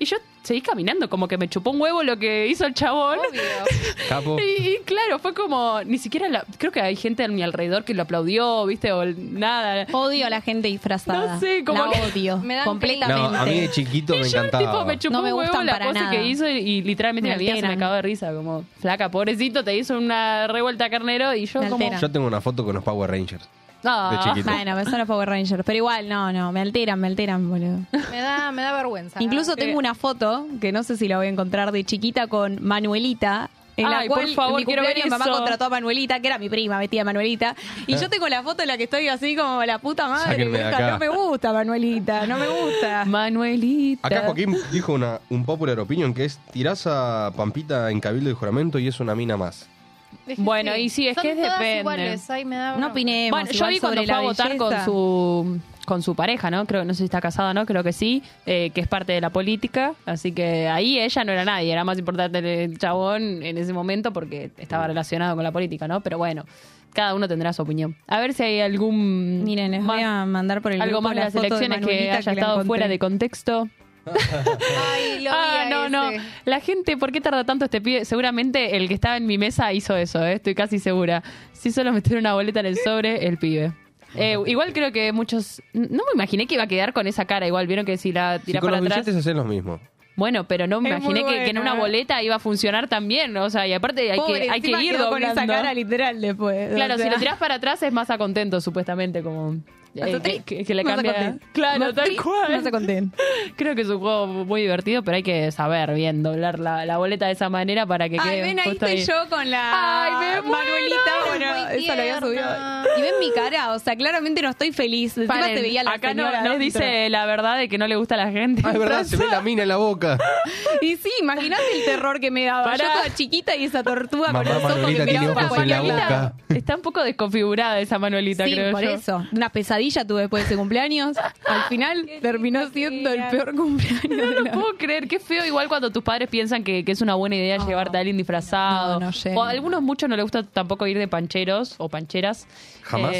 S6: Y yo seguí caminando, como que me chupó un huevo lo que hizo el chabón.
S5: Obvio.
S6: <laughs>
S4: Capo.
S3: Oh.
S6: Y, y claro, fue como, ni siquiera la- creo que hay gente a mi alrededor que lo aplaudió, viste, o nada.
S3: Odio a la gente disfrazada.
S6: No sé, como
S3: la
S6: que-
S3: odio.
S5: Me dan
S4: No,
S3: completamente.
S4: a mí de chiquito me
S6: Y <laughs> yo,
S4: encantaba.
S6: tipo, me chupó
S3: No me
S6: un huevo
S3: gustan
S6: la
S3: para
S6: pose
S3: nada.
S6: que hizo y, y literalmente
S3: Me
S6: mi amiga se me
S3: alteran.
S6: acabó de risa, como, flaca, pobrecito, te hizo una revuelta carnero y yo
S3: Me
S6: como... ah,
S3: alteran.
S4: Yo tengo una foto con los Power Rangers. De chiquito.
S3: Bueno, pero son los Power Rangers. Pero igual, no, no, me alteran, me alteran, boludo.
S5: Me da, me da vergüenza.
S3: Incluso tengo una foto, que no sé si la voy a encontrar, de chiquita con Manuelita. En la
S6: Ay, por
S3: cual
S6: favor,
S3: mi
S6: quiero ver
S3: cumpleaños mi mamá
S6: eso.
S3: contrató a Manuelita, que era mi prima, vestida de Manuelita. Y yo tengo la foto en la que estoy así como la puta madre.
S4: Ah. Sáquenme de
S3: esta
S4: acá.
S3: No me gusta, Manuelita, no
S4: <laughs>
S3: me gusta.
S6: Manuelita.
S4: Acá Joaquín dijo una, un popular opinion que es tirás a Pampita en Cabildo y Juramento y es una mina más.
S5: Es que
S6: Bueno, y sí, es
S5: Son
S6: que
S5: todas
S6: depende.
S5: iguales. Ay, me da
S3: No
S5: bronca.
S3: opinemos.
S6: Bueno, yo
S3: igual
S6: vi cuando
S3: sobre
S6: fue a
S3: la
S6: votar con
S3: belleza.
S6: su con su pareja, ¿no? Creo, no sé si está casada o no, creo que sí, eh, que es parte de la política. Así que ahí ella no era nadie, era más importante el chabón en ese momento porque estaba relacionado con la política, ¿no? Pero bueno, cada uno tendrá su opinión. A ver si hay algún...
S3: Miren, les voy a mandar por el
S6: algo más
S3: grupo
S6: de
S3: la
S6: las
S3: foto de
S6: elecciones que
S3: Manuelita
S6: haya
S3: la
S6: estado
S3: encontré.
S6: fuera de contexto.
S5: Ay, lo vi
S6: ah,
S5: a
S6: no,
S5: ese.
S6: no.
S3: este.
S6: La gente, ¿por qué tarda tanto este pibe? Seguramente el que estaba en mi mesa hizo eso, ¿eh? estoy casi segura. Si solo meter una boleta en el sobre, el pibe. Eh, igual creo que muchos. No me imaginé que iba a quedar con esa cara. Igual vieron que si la
S4: Y
S6: tirás
S4: con
S6: para
S4: los
S6: atrás.
S4: billetes hacen lo
S6: <laughs>
S4: mismo.
S6: Bueno, pero no me
S3: Es muy
S6: imaginé que, que en
S3: bueno,
S6: una
S3: ¿eh?
S6: boleta iba a funcionar también. O sea, y aparte hay
S3: Pobre,
S6: que, hay
S3: encima
S6: que ir
S3: quedó con esa
S6: doblando.
S3: cara <laughs> literal después. o
S6: Claro, si
S3: sea.
S6: lo
S3: <laughs>
S6: tirás para atrás es más a contento, supuestamente, como. eh,
S3: Hasta
S6: que,
S3: tri-
S6: que- que le
S3: no se
S6: cambia.
S3: conté.
S6: Claro,
S3: No,
S6: tal
S3: tri-
S6: cual.
S3: No se conté.
S6: Creo que es un juego muy divertido, pero hay que saber bien doblar la, la boleta de esa manera para que
S3: Ay,
S6: quede.
S3: ven, ahí
S6: justo
S3: estoy yo con la
S6: Ay, me muero.
S3: Manuelita. Bueno,
S5: Muy
S3: eso lo había subido.
S5: tierna.
S3: Y ven mi cara, o sea, claramente no estoy feliz. Encima
S6: Paren,
S3: se veía la
S6: acá no,
S3: señora
S6: nos
S3: adentro.
S6: dice la verdad de que no le gusta a la gente.
S4: Ah, es verdad, se ve la mina en la boca.
S3: Y sí, imagínate el terror que me daba.
S6: Pará.
S3: Yo toda chiquita y esa tortuga
S4: Mamá
S3: con los ojos
S4: Manuelita
S3: que
S4: tiene
S3: miraban
S4: ojos
S3: para
S4: en la
S3: cualquier
S4: boca.
S3: lado.
S6: Está un poco desconfigurada esa Manuelita,
S3: Sí,
S6: creo
S3: por
S6: yo.
S3: eso. Una pesadilla tuve después de ese cumpleaños. Al final terminó siendo el peor cumpleaños.
S6: No
S3: de
S6: lo
S3: la-
S6: puedo creer, qué feo igual cuando tus padres piensan que, que es una buena idea llevarte a alguien disfrazado.
S3: Ah. No, no llega.
S6: o a algunos muchos no les gusta tampoco ir de pancheros o pancheras. Eh,
S4: Jamás.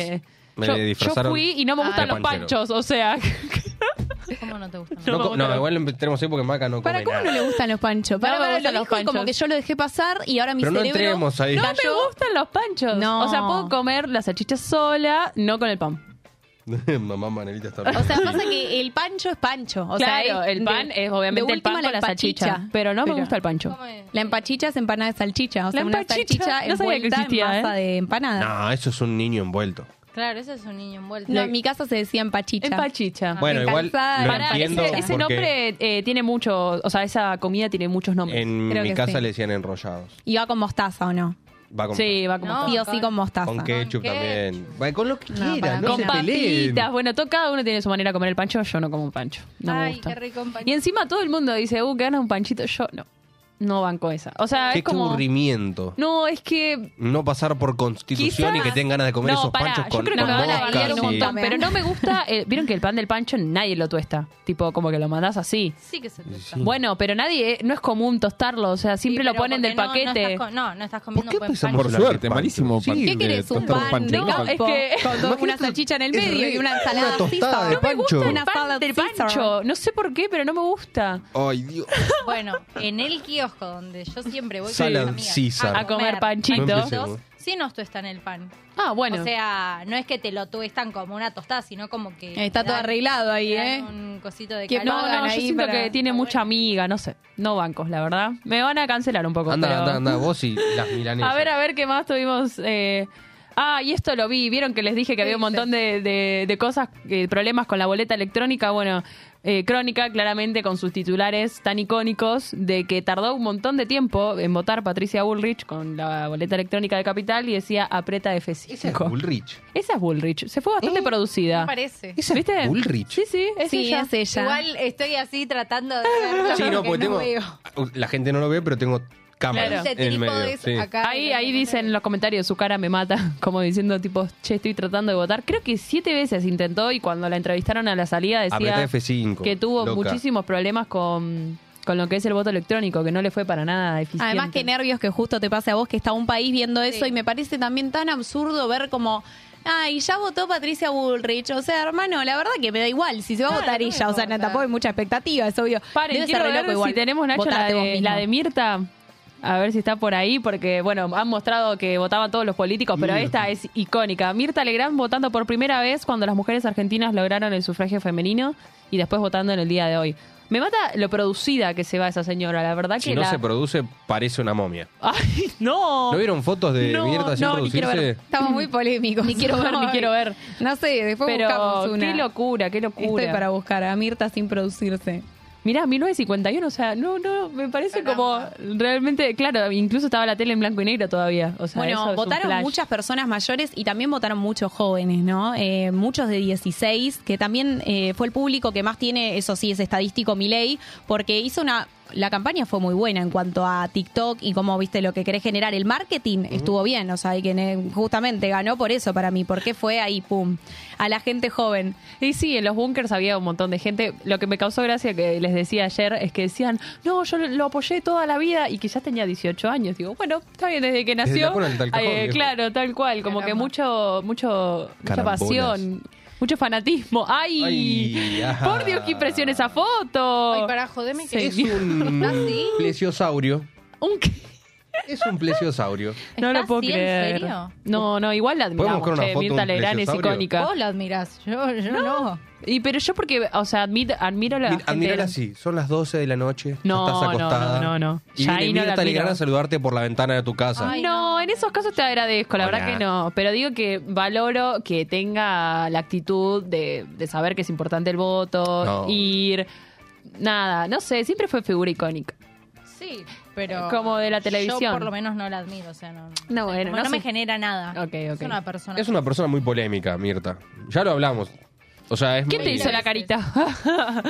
S4: Me
S6: yo,
S4: disfrazaron
S6: yo fui y no
S3: Ah.
S6: me
S5: de
S6: gustan los
S4: panchero.
S6: panchos, o sea,
S5: ¿Cómo no te gusta?
S6: <laughs> No
S4: No,
S6: me
S4: co-
S6: gusta.
S4: no, igual tenemos ahí porque Maca no come
S3: ¿Para cómo
S4: nada.
S3: no le gustan los panchos? Para,
S6: No me
S3: para,
S6: gustan
S3: lo
S6: los
S3: dijo y como
S6: panchos.
S3: que yo lo dejé pasar y ahora mi
S4: Pero no
S3: cerebro
S4: entremos ahí.
S6: no
S4: No,
S6: me gustan los panchos.
S3: No.
S6: O sea, puedo comer la salchicha sola, no con el pan.
S4: <laughs> Mamá Manuelita está
S3: O sea, pasa que el pancho es pancho. O
S6: claro,
S3: sea,
S6: el pan es obviamente el pan con la, salchicha, pero no me gusta el pancho.
S5: ¿Cómo es?
S3: La empachicha es empanada de salchicha. O sea,
S6: La
S3: una
S6: empachicha,
S3: salchicha
S6: no sabía que
S3: envuelta
S6: existía,
S3: en masa
S6: ¿eh?
S3: de empanada. No.
S4: No, eso es un niño envuelto.
S6: Ah,
S5: Claro, ese es un niño envuelto.
S3: en mi casa se decía empachicha.
S6: Empachicha.
S4: Bueno,
S3: me
S4: igual
S3: cansaba.
S4: lo
S3: Pará,
S4: entiendo
S6: ese, ese
S4: porque
S6: nombre eh, tiene muchos, o sea, esa comida tiene muchos nombres.
S4: en
S3: Creo
S4: mi
S3: que
S4: casa
S3: sí.
S4: le decían enrollados.
S3: ¿Y va con mostaza o no?
S4: Va con,
S6: sí, va como
S5: No,
S3: sí o sí con mostaza.
S4: con ketchup
S5: Con
S4: también. Va con lo que
S3: No,
S4: quieras,
S3: para
S4: no,
S3: mí
S6: Con
S4: se
S3: no.
S4: peleen.
S6: papitas, bueno, todo, cada uno tiene su manera de comer el pancho, yo no como un pancho, no me
S5: Ay, qué
S6: gusta.
S5: rico un pancho.
S6: Y encima todo el mundo dice, uh, que gana un panchito, yo no, no banco esa. O sea,
S4: Qué
S6: es como...
S4: aburrimiento.
S6: No, es que...
S4: No pasar por constitución
S6: Quizás-
S4: y que tengan ganas de comer
S6: no,
S4: esos
S6: pará,
S4: panchos
S6: yo
S4: con,
S6: creo que
S4: con
S6: me van a
S4: moscas
S6: variar
S3: variar
S6: un
S4: y-
S6: montón,
S3: Sí.
S6: pero no me gusta... eh, Vieron que el pan del pancho nadie lo tuesta, tipo como que lo mandás así.
S5: Sí que se te
S4: Mm.
S5: está.
S6: Bueno, pero nadie, eh, no es común tostarlo, o sea, siempre
S5: Sí,
S6: lo
S5: pero
S6: ponen del
S5: porque no- no
S6: paquete.
S5: estás co- No, no estás comiendo
S4: ¿Por qué
S5: un buen
S4: empezamos
S5: pan.
S7: Por
S4: a hablar de
S7: suerte,
S4: panchos?
S7: malísimo
S4: Sí,
S7: pan.
S3: ¿Qué querés? ¿Un
S7: tostar
S3: pan de
S7: con
S3: campo?
S7: pan.
S6: No, es que-
S3: <laughs> Con dos- una salchicha en el
S4: es
S3: medio
S4: re-
S3: y una
S4: una
S3: ensalada
S4: tostada de
S3: Caesar.
S4: pan. Pancho.
S3: Una salad
S6: del
S3: Caesar.
S6: pancho. No sé por qué, pero no me gusta.
S4: Ay, Dios.
S6: <laughs>
S5: Bueno, en el kiosco donde yo siempre voy
S4: Salad
S5: con mis amigas
S4: Caesar.
S6: A comer panchito.
S4: No empecemos.
S5: Sí nos tuestan el pan.
S6: Ah, bueno.
S5: O sea, no es que te lo tuestan como una tostada, sino como que...
S3: Está
S5: te
S3: todo
S5: dan-
S3: arreglado ahí,
S5: te dan
S3: ¿eh?
S5: Un cosito de
S3: Que
S5: calor.
S6: no, no, yo
S3: ahí
S6: siento
S3: para-
S6: que tiene mucha amiga, no sé. No bancos, la verdad. Me van a cancelar un poco.
S4: Anda,
S6: pero-
S4: anda, anda, vos y las milanesas.
S6: A ver, a ver qué más tuvimos. eh, Ah, y esto lo vi. Vieron que les dije que había un montón de, de- de cosas, eh, problemas con la boleta electrónica. Bueno, eh, Crónica, claramente, con sus titulares tan icónicos, de que tardó un montón de tiempo en votar Patricia Bullrich con la boleta electrónica de Capital y decía aprieta F5.
S4: Esa es Bullrich.
S6: Esa es Bullrich. Se fue bastante producida.
S5: Me parece.
S4: Esa es
S6: ¿Viste?
S4: Bullrich.
S6: Sí, sí, es
S3: Sí,
S6: ella.
S3: es ella.
S5: Igual estoy así tratando
S6: <laughs>
S5: de... ver
S4: Sí, no,
S5: lo que
S4: porque tengo. Uh,
S5: veo.
S4: La gente no lo ve, pero tengo cámaras
S5: Claro.
S4: en el medio.
S5: Trípodes
S4: sí.
S5: acá.
S6: Ahí, ahí dicen en los comentarios, su cara me mata, <laughs> como diciendo tipo, che, estoy tratando de votar. Creo que siete veces intentó y cuando la entrevistaron a la salida
S4: Apretá
S6: decía
S4: F5.
S6: que tuvo
S4: loca.
S6: muchísimos problemas con, con lo que es el voto electrónico, que no le fue para nada eficiente.
S3: Además, qué nervios que justo te pase a vos que está un país viendo eso y me parece también tan absurdo ver como... Ay, ya votó Patricia Bullrich. O sea, hermano, la verdad que me da igual si se va a
S5: Claro,
S3: votar
S5: no me
S3: ella. O sea, no,
S5: importa.
S3: tampoco hay mucha expectativa, es obvio.
S6: Paren,
S3: Debe
S6: quiero
S3: ser re
S6: ver
S3: loco igual
S6: si tenemos, Nacho, la
S3: votarte vos
S6: de, la
S3: mismo.
S6: de Mirta. A ver si está por ahí, porque, bueno, han mostrado que votaban todos los políticos, pero esta es icónica. Mirta Legrand votando por primera vez cuando las mujeres argentinas lograron el sufragio femenino y después votando en el día de hoy. Me mata lo producida que se va esa señora, la verdad que
S4: Si no
S6: la-
S4: se produce, parece una momia.
S6: <laughs> ¡Ay, no!
S4: ¿No vieron fotos de
S6: No,
S4: Birta sin
S6: no, ni quiero
S4: producirse?
S2: Estamos muy polémicos.
S6: Ni quiero
S3: <laughs>
S6: ver, ni
S2: hoy.
S6: quiero ver.
S2: No sé, después buscamos
S6: Pero
S2: una.
S6: qué locura, qué locura.
S2: Estoy para buscar a Mirta sin producirse.
S6: Mirá, 1951, o sea, no, no, me parece como realmente, claro, incluso estaba la tele en blanco y negro todavía. O sea, eso es
S3: Bueno,
S6: un
S3: votaron
S6: flash.
S3: muchas personas mayores y también votaron muchos jóvenes, ¿no? Eh, muchos de 16, que también eh, fue el público que más tiene, eso sí, es estadístico Milei, porque hizo una... La campaña fue muy buena en cuanto a TikTok y cómo viste lo que querés generar. El marketing estuvo bien, o sea, y que ne- justamente ganó por eso para mí, porque fue ahí, pum, a la gente joven.
S6: Y sí, en los bunkers había un montón de gente. Lo que me causó gracia que les decía ayer es que decían, no, yo lo apoyé toda la vida y que ya tenía 18 años. Digo, bueno, está bien, desde
S4: Desde
S6: que
S4: la
S6: nació. Eh,
S4: cuna hasta el cajón, viejo.
S6: claro, tal cual, como que
S2: Caramba.
S6: mucho, mucho, mucha
S4: Carambolas.
S6: pasión. Mucho fanatismo. ¡Ay!
S4: Ay, ajá.
S6: ¡Por Dios, qué impresión esa foto!
S11: Ay, pará, jodeme que...
S5: <laughs>
S4: Es
S6: <laughs>
S4: un
S11: ¿Ah, sí?
S4: plesiosaurio.
S6: Un-
S4: Es un
S6: <laughs>
S4: plesiosaurio.
S6: No lo
S11: ¿Estás
S6: puedo
S11: así, en
S6: creer.
S11: serio?
S6: No, no, igual la admiramos.
S4: buscar una
S6: che,
S4: foto de
S6: Mirta
S4: un
S6: Legrand es
S4: plesiosaurio?
S6: icónica.
S11: Vos la admirás, yo, yo no.
S6: No. Y pero yo porque, o sea, admiro, admiro a la
S4: Mira,
S6: gente.
S4: admirala así, son las 12 de la noche, tú
S6: No,
S4: estás
S6: no,
S4: acostada.
S6: no, no, no.
S4: Y
S6: Ya ahí
S4: viene
S6: no la
S4: Mirta
S6: admiro.
S4: Legrand a saludarte por la ventana de tu casa.
S11: Ay,
S6: no,
S11: no.
S6: en esos casos te agradezco, la
S4: Hola.
S6: verdad que no. Pero digo que valoro que tenga la actitud de, de saber que es importante el voto,
S4: No.
S6: ir. Nada, no sé, siempre fue figura icónica.
S11: Sí, pero...
S6: Como de la
S11: Yo
S6: televisión.
S11: por lo menos no la admiro, o sea, no...
S6: No, bueno,
S11: como
S6: no
S11: no,
S6: sé.
S11: me genera nada.
S6: Ok, ok.
S11: Es una persona...
S4: Es una persona muy polémica, Mirta. Ya lo hablamos. O sea, es
S6: ¿Quién te
S4: muy-
S6: hizo la carita?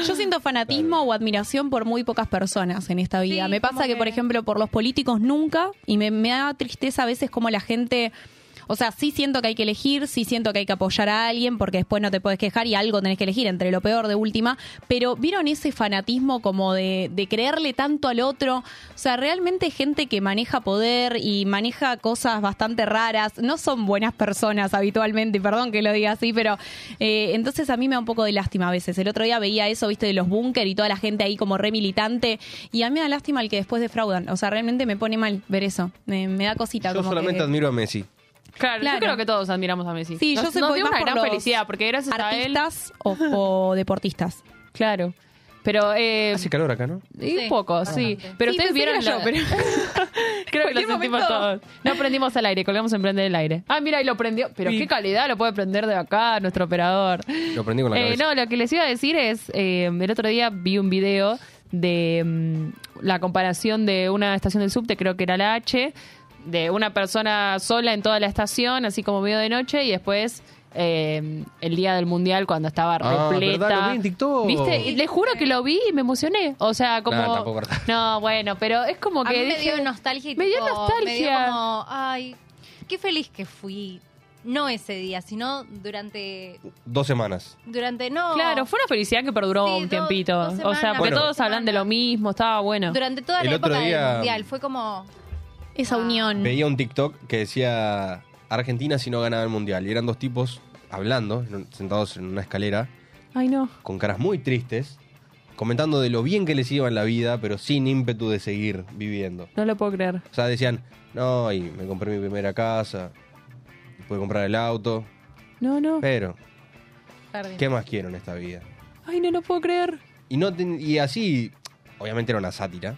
S3: Yo siento fanatismo o admiración por muy pocas personas en esta vida.
S11: Sí,
S3: me pasa
S11: como
S3: que, por
S11: que-
S3: ejemplo, por los políticos nunca, y me, me da tristeza a veces como la gente... O sea, sí siento que hay que elegir, sí siento que hay que apoyar a alguien porque después no te puedes quejar y algo tenés que elegir entre lo peor de última. Pero vieron ese fanatismo como de, de creerle tanto al otro. O sea, realmente gente que maneja poder y maneja cosas bastante raras. No son buenas personas habitualmente, perdón que lo diga así, pero eh, entonces a mí me da un poco de lástima a veces. El otro día veía eso, viste, de los búnker y toda la gente ahí como re militante. Y a mí me da lástima el que después defraudan. O sea, realmente me pone mal ver eso. Me, me da cosita.
S4: Yo
S3: como
S4: solamente
S3: que-
S4: admiro a Messi.
S6: <laughs> Claro,
S3: Claro.
S6: yo creo que todos admiramos a Messi.
S3: Sí,
S6: Nos-
S3: yo soy
S6: nos
S3: voy
S6: dio
S3: más
S6: una
S3: por
S6: gran
S3: los
S6: felicidad, porque gracias a él.
S3: artistas o, o deportistas.
S6: Claro. Pero, eh,
S4: Hace calor acá, ¿no?
S6: y un
S11: Sí,
S6: poco, sí.
S11: bastante.
S6: Pero
S3: Sí,
S6: ustedes
S3: pensé
S6: vieron.
S3: que era
S6: la-
S3: yo, pero-
S6: <laughs> Creo que lo sentimos todos. No prendimos al aire, colgamos en prender el aire. Ah, mira, y lo prendió. Pero qué calidad lo puede prender de acá nuestro operador.
S4: Lo prendí con la
S6: Eh,
S4: cabeza.
S6: no, lo que les iba a decir es, eh, el otro día vi un video de mm, la comparación de una estación del subte, creo que era la H, de una persona sola en toda la estación, así como medio de noche, y después eh, el día del mundial cuando estaba
S4: Ah,
S6: repleta.
S4: ¿verdad? Lo vi en TikTok.
S6: ¿Viste? Y les juro que lo vi y me emocioné. O sea, como...
S4: Nah, tampoco.
S6: no, bueno, pero es como
S11: A
S6: que...
S11: mí me
S6: dije-
S11: dio nostalgia. y
S6: Me dio
S11: tipo, Me dio
S6: nostalgia.
S11: como, ay, qué feliz que fui. No ese día, sino durante...
S4: Dos semanas.
S11: Durante, no...
S6: Claro, fue una felicidad que perduró
S11: Sí,
S6: un
S11: dos-
S6: tiempito.
S11: dos
S6: o sea,
S11: semanas,
S6: porque
S4: Bueno.
S6: todos hablan de lo mismo, estaba bueno.
S11: Durante toda
S4: El
S11: la
S4: otro
S11: época
S4: día-
S11: del mundial. Fue como...
S3: Esa unión.
S4: Veía un TikTok que decía Argentina si no ganaba el mundial. Y eran dos tipos hablando, en un- sentados en una escalera,
S6: Ay, no.
S4: con caras muy tristes, comentando de lo bien que les iba en la vida, pero sin ímpetu de seguir viviendo.
S6: No lo puedo creer.
S4: O sea, decían, no, y me compré mi primera casa, pude comprar el auto,
S6: No, no.
S4: pero
S11: Jardín.
S4: ¿qué más quiero en esta vida?
S6: Ay, no lo puedo creer.
S4: Y, no ten- y así, obviamente era una sátira,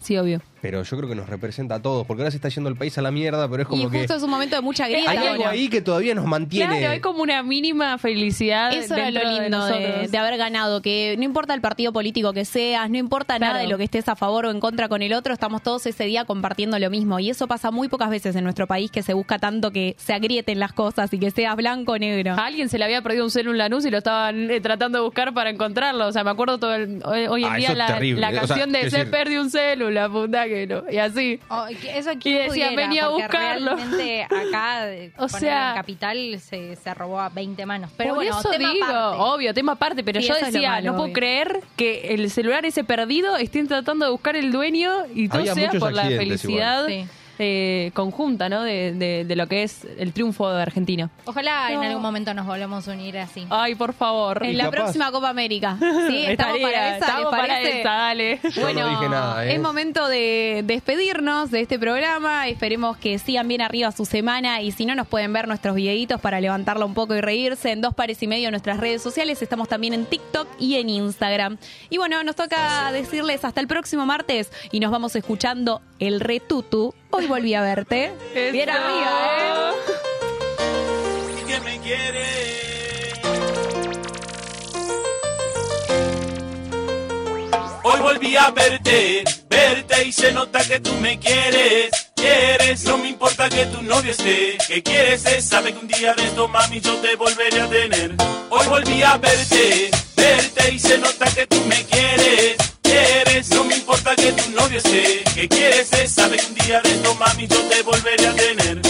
S6: Sí, obvio.
S4: pero yo creo que nos representa a todos, porque ahora se está yendo el país a la mierda, pero es
S3: Y
S4: como que
S3: justo es un momento de mucha
S6: Hay
S3: grieta.
S4: hay algo
S3: ahora.
S4: ahí que todavía nos mantiene.
S6: Claro, hay como una mínima felicidad.
S3: Eso era
S6: Ah, dentro
S3: lo lindo de,
S6: nosotros.
S3: de haber ganado, que no importa el partido político que seas, no importa nada
S6: Claro.
S3: de lo que estés a favor o en contra con el otro, estamos todos ese día compartiendo lo mismo. Y eso pasa muy pocas veces en nuestro país, que se busca tanto que se agrieten las cosas y que seas blanco o negro.
S6: A alguien se le había perdido un celular Lanús y lo estaban eh, tratando de buscar para encontrarlo. O sea, me acuerdo todo el- hoy, hoy en
S4: Ah, eso
S6: día
S4: es
S6: la,
S4: terrible.
S6: la
S4: O sea,
S6: canción
S4: quiero
S6: de Se
S4: decir-
S6: perdió un celular, puta que no. Y así.
S11: Oh, y que eso quién
S6: Y decía,
S11: pudiera,
S6: "Vení a
S11: porque
S6: buscarlo".
S11: Realmente acá, de-
S6: <laughs> O
S11: poner
S6: sea-
S11: en capital se, se robó a 20 manos. Pero
S6: Por
S11: bueno,
S6: eso
S11: tema
S6: digo,
S11: aparte.
S6: obvio, tema aparte, pero
S3: Sí,
S6: yo
S3: eso es lo
S6: decía,
S3: malo,
S6: no puedo
S3: obvio.
S6: creer que el celular ese perdido estén tratando de buscar el dueño y todo
S4: Había
S6: sea
S4: muchos
S6: por la
S4: accidentes
S6: felicidad.
S11: igual. Sí.
S6: eh, conjunta, ¿no? De, de- de lo que es el triunfo de Argentina.
S11: Ojalá
S3: No.
S11: en algún momento nos volvamos a unir así.
S6: Ay, por favor.
S3: En la próxima
S6: <laughs>
S3: Copa América. Sí, estamos
S6: Estaría,
S3: para esa,
S6: estamos
S3: ¿les
S6: para
S3: parece?
S6: esa, dale.
S4: Yo no dije nada, ¿eh?
S3: Es momento de despedirnos de este programa. Esperemos que sigan bien arriba su semana y si no nos pueden ver nuestros videitos para levantarla un poco y reírse en dos pares y medio en nuestras redes sociales. Estamos también en TikTok y en Instagram. Y bueno, nos toca decirles hasta el próximo martes y nos vamos escuchando el retutu. Hoy volví a verte. Bien arriba, ¿eh?
S12: que me quiere. Hoy volví a verte, verte y se nota que tú me quieres, quieres, no me importa que tu novio esté, que quieres es saber que un día de esto mami yo te volveré a tener. Hoy volví a verte, verte y se nota que tú me quieres, quieres, no me importa que tu novio esté, que quieres es saber que un día de esto mami yo te volveré a tener.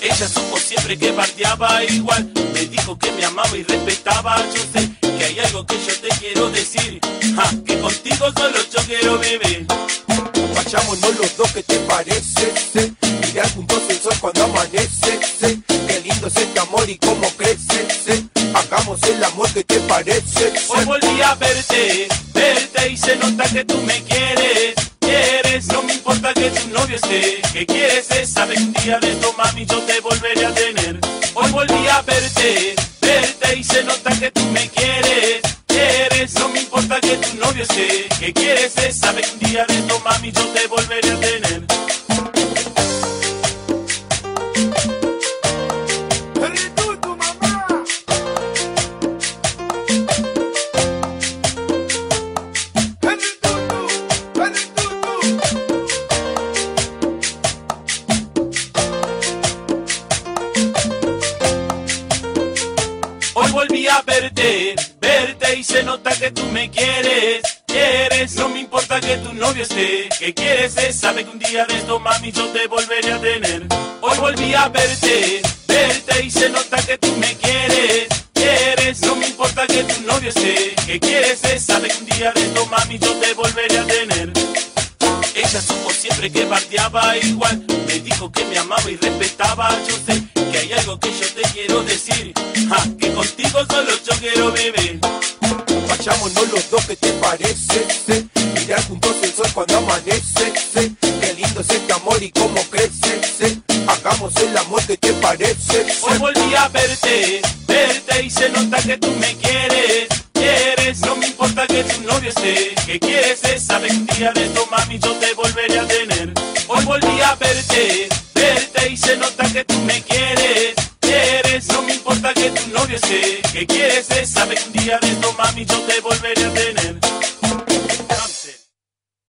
S12: Ella supo siempre que bardeaba igual. Me dijo que me amaba y respetaba. Yo sé que hay algo que yo te quiero decir. Ja, que contigo solo yo quiero vivir.
S13: Vayámonos los dos, ¿qué te parece? sí? Mirar juntos el sol cuando amanece, sí. Qué lindo es este amor y cómo crece, sí. Hagamos el amor, que te parece? sí?
S12: Hoy volví a verte, verte y se nota que tú me quieres. Quieres, no me importa que tu novio esté. Que quieres es saber que un día de esto, mami, yo te volveré a tener. Hoy volví a verte, verte y se nota que tú me quieres. Quieres, no me importa que tu novio esté. Que quieres es saber que un día de esto, mami, yo te volveré a tener. Hoy volví a verte, verte y se nota que tú me quieres, quieres, no me importa que tu novio esté, que quieres es saber que un día de esto mami yo te volveré a tener. Hoy volví a verte, verte y se nota que tú me quieres, quieres, no me importa que tu novio esté, que quieres es saber que un día de esto mami yo te volveré a tener. Ella supo siempre que bardeaba igual, me dijo que me amaba y respetaba, yo sé que hay algo que yo te quiero decir. Ja, que contigo solo yo quiero vivir.
S13: Vayámonos los dos, ¿qué te parece? sí? Mirar juntos el sol cuando amanece, sí. Qué lindo es este amor y cómo crece, sí. Hagamos el amor, que te parece? sí?
S12: Hoy volví a verte, verte y se nota que tú me quieres. Quieres, no me importa que tu novio esté. Que quieres es saber que un día de esto, mami, yo te volveré a tener. Hoy volví a verte, verte y se nota que tú me quieres. Quieres, no me importa que tu novio esté. Que quieres es saber que un día de esto, mami, yo te volveré a tener.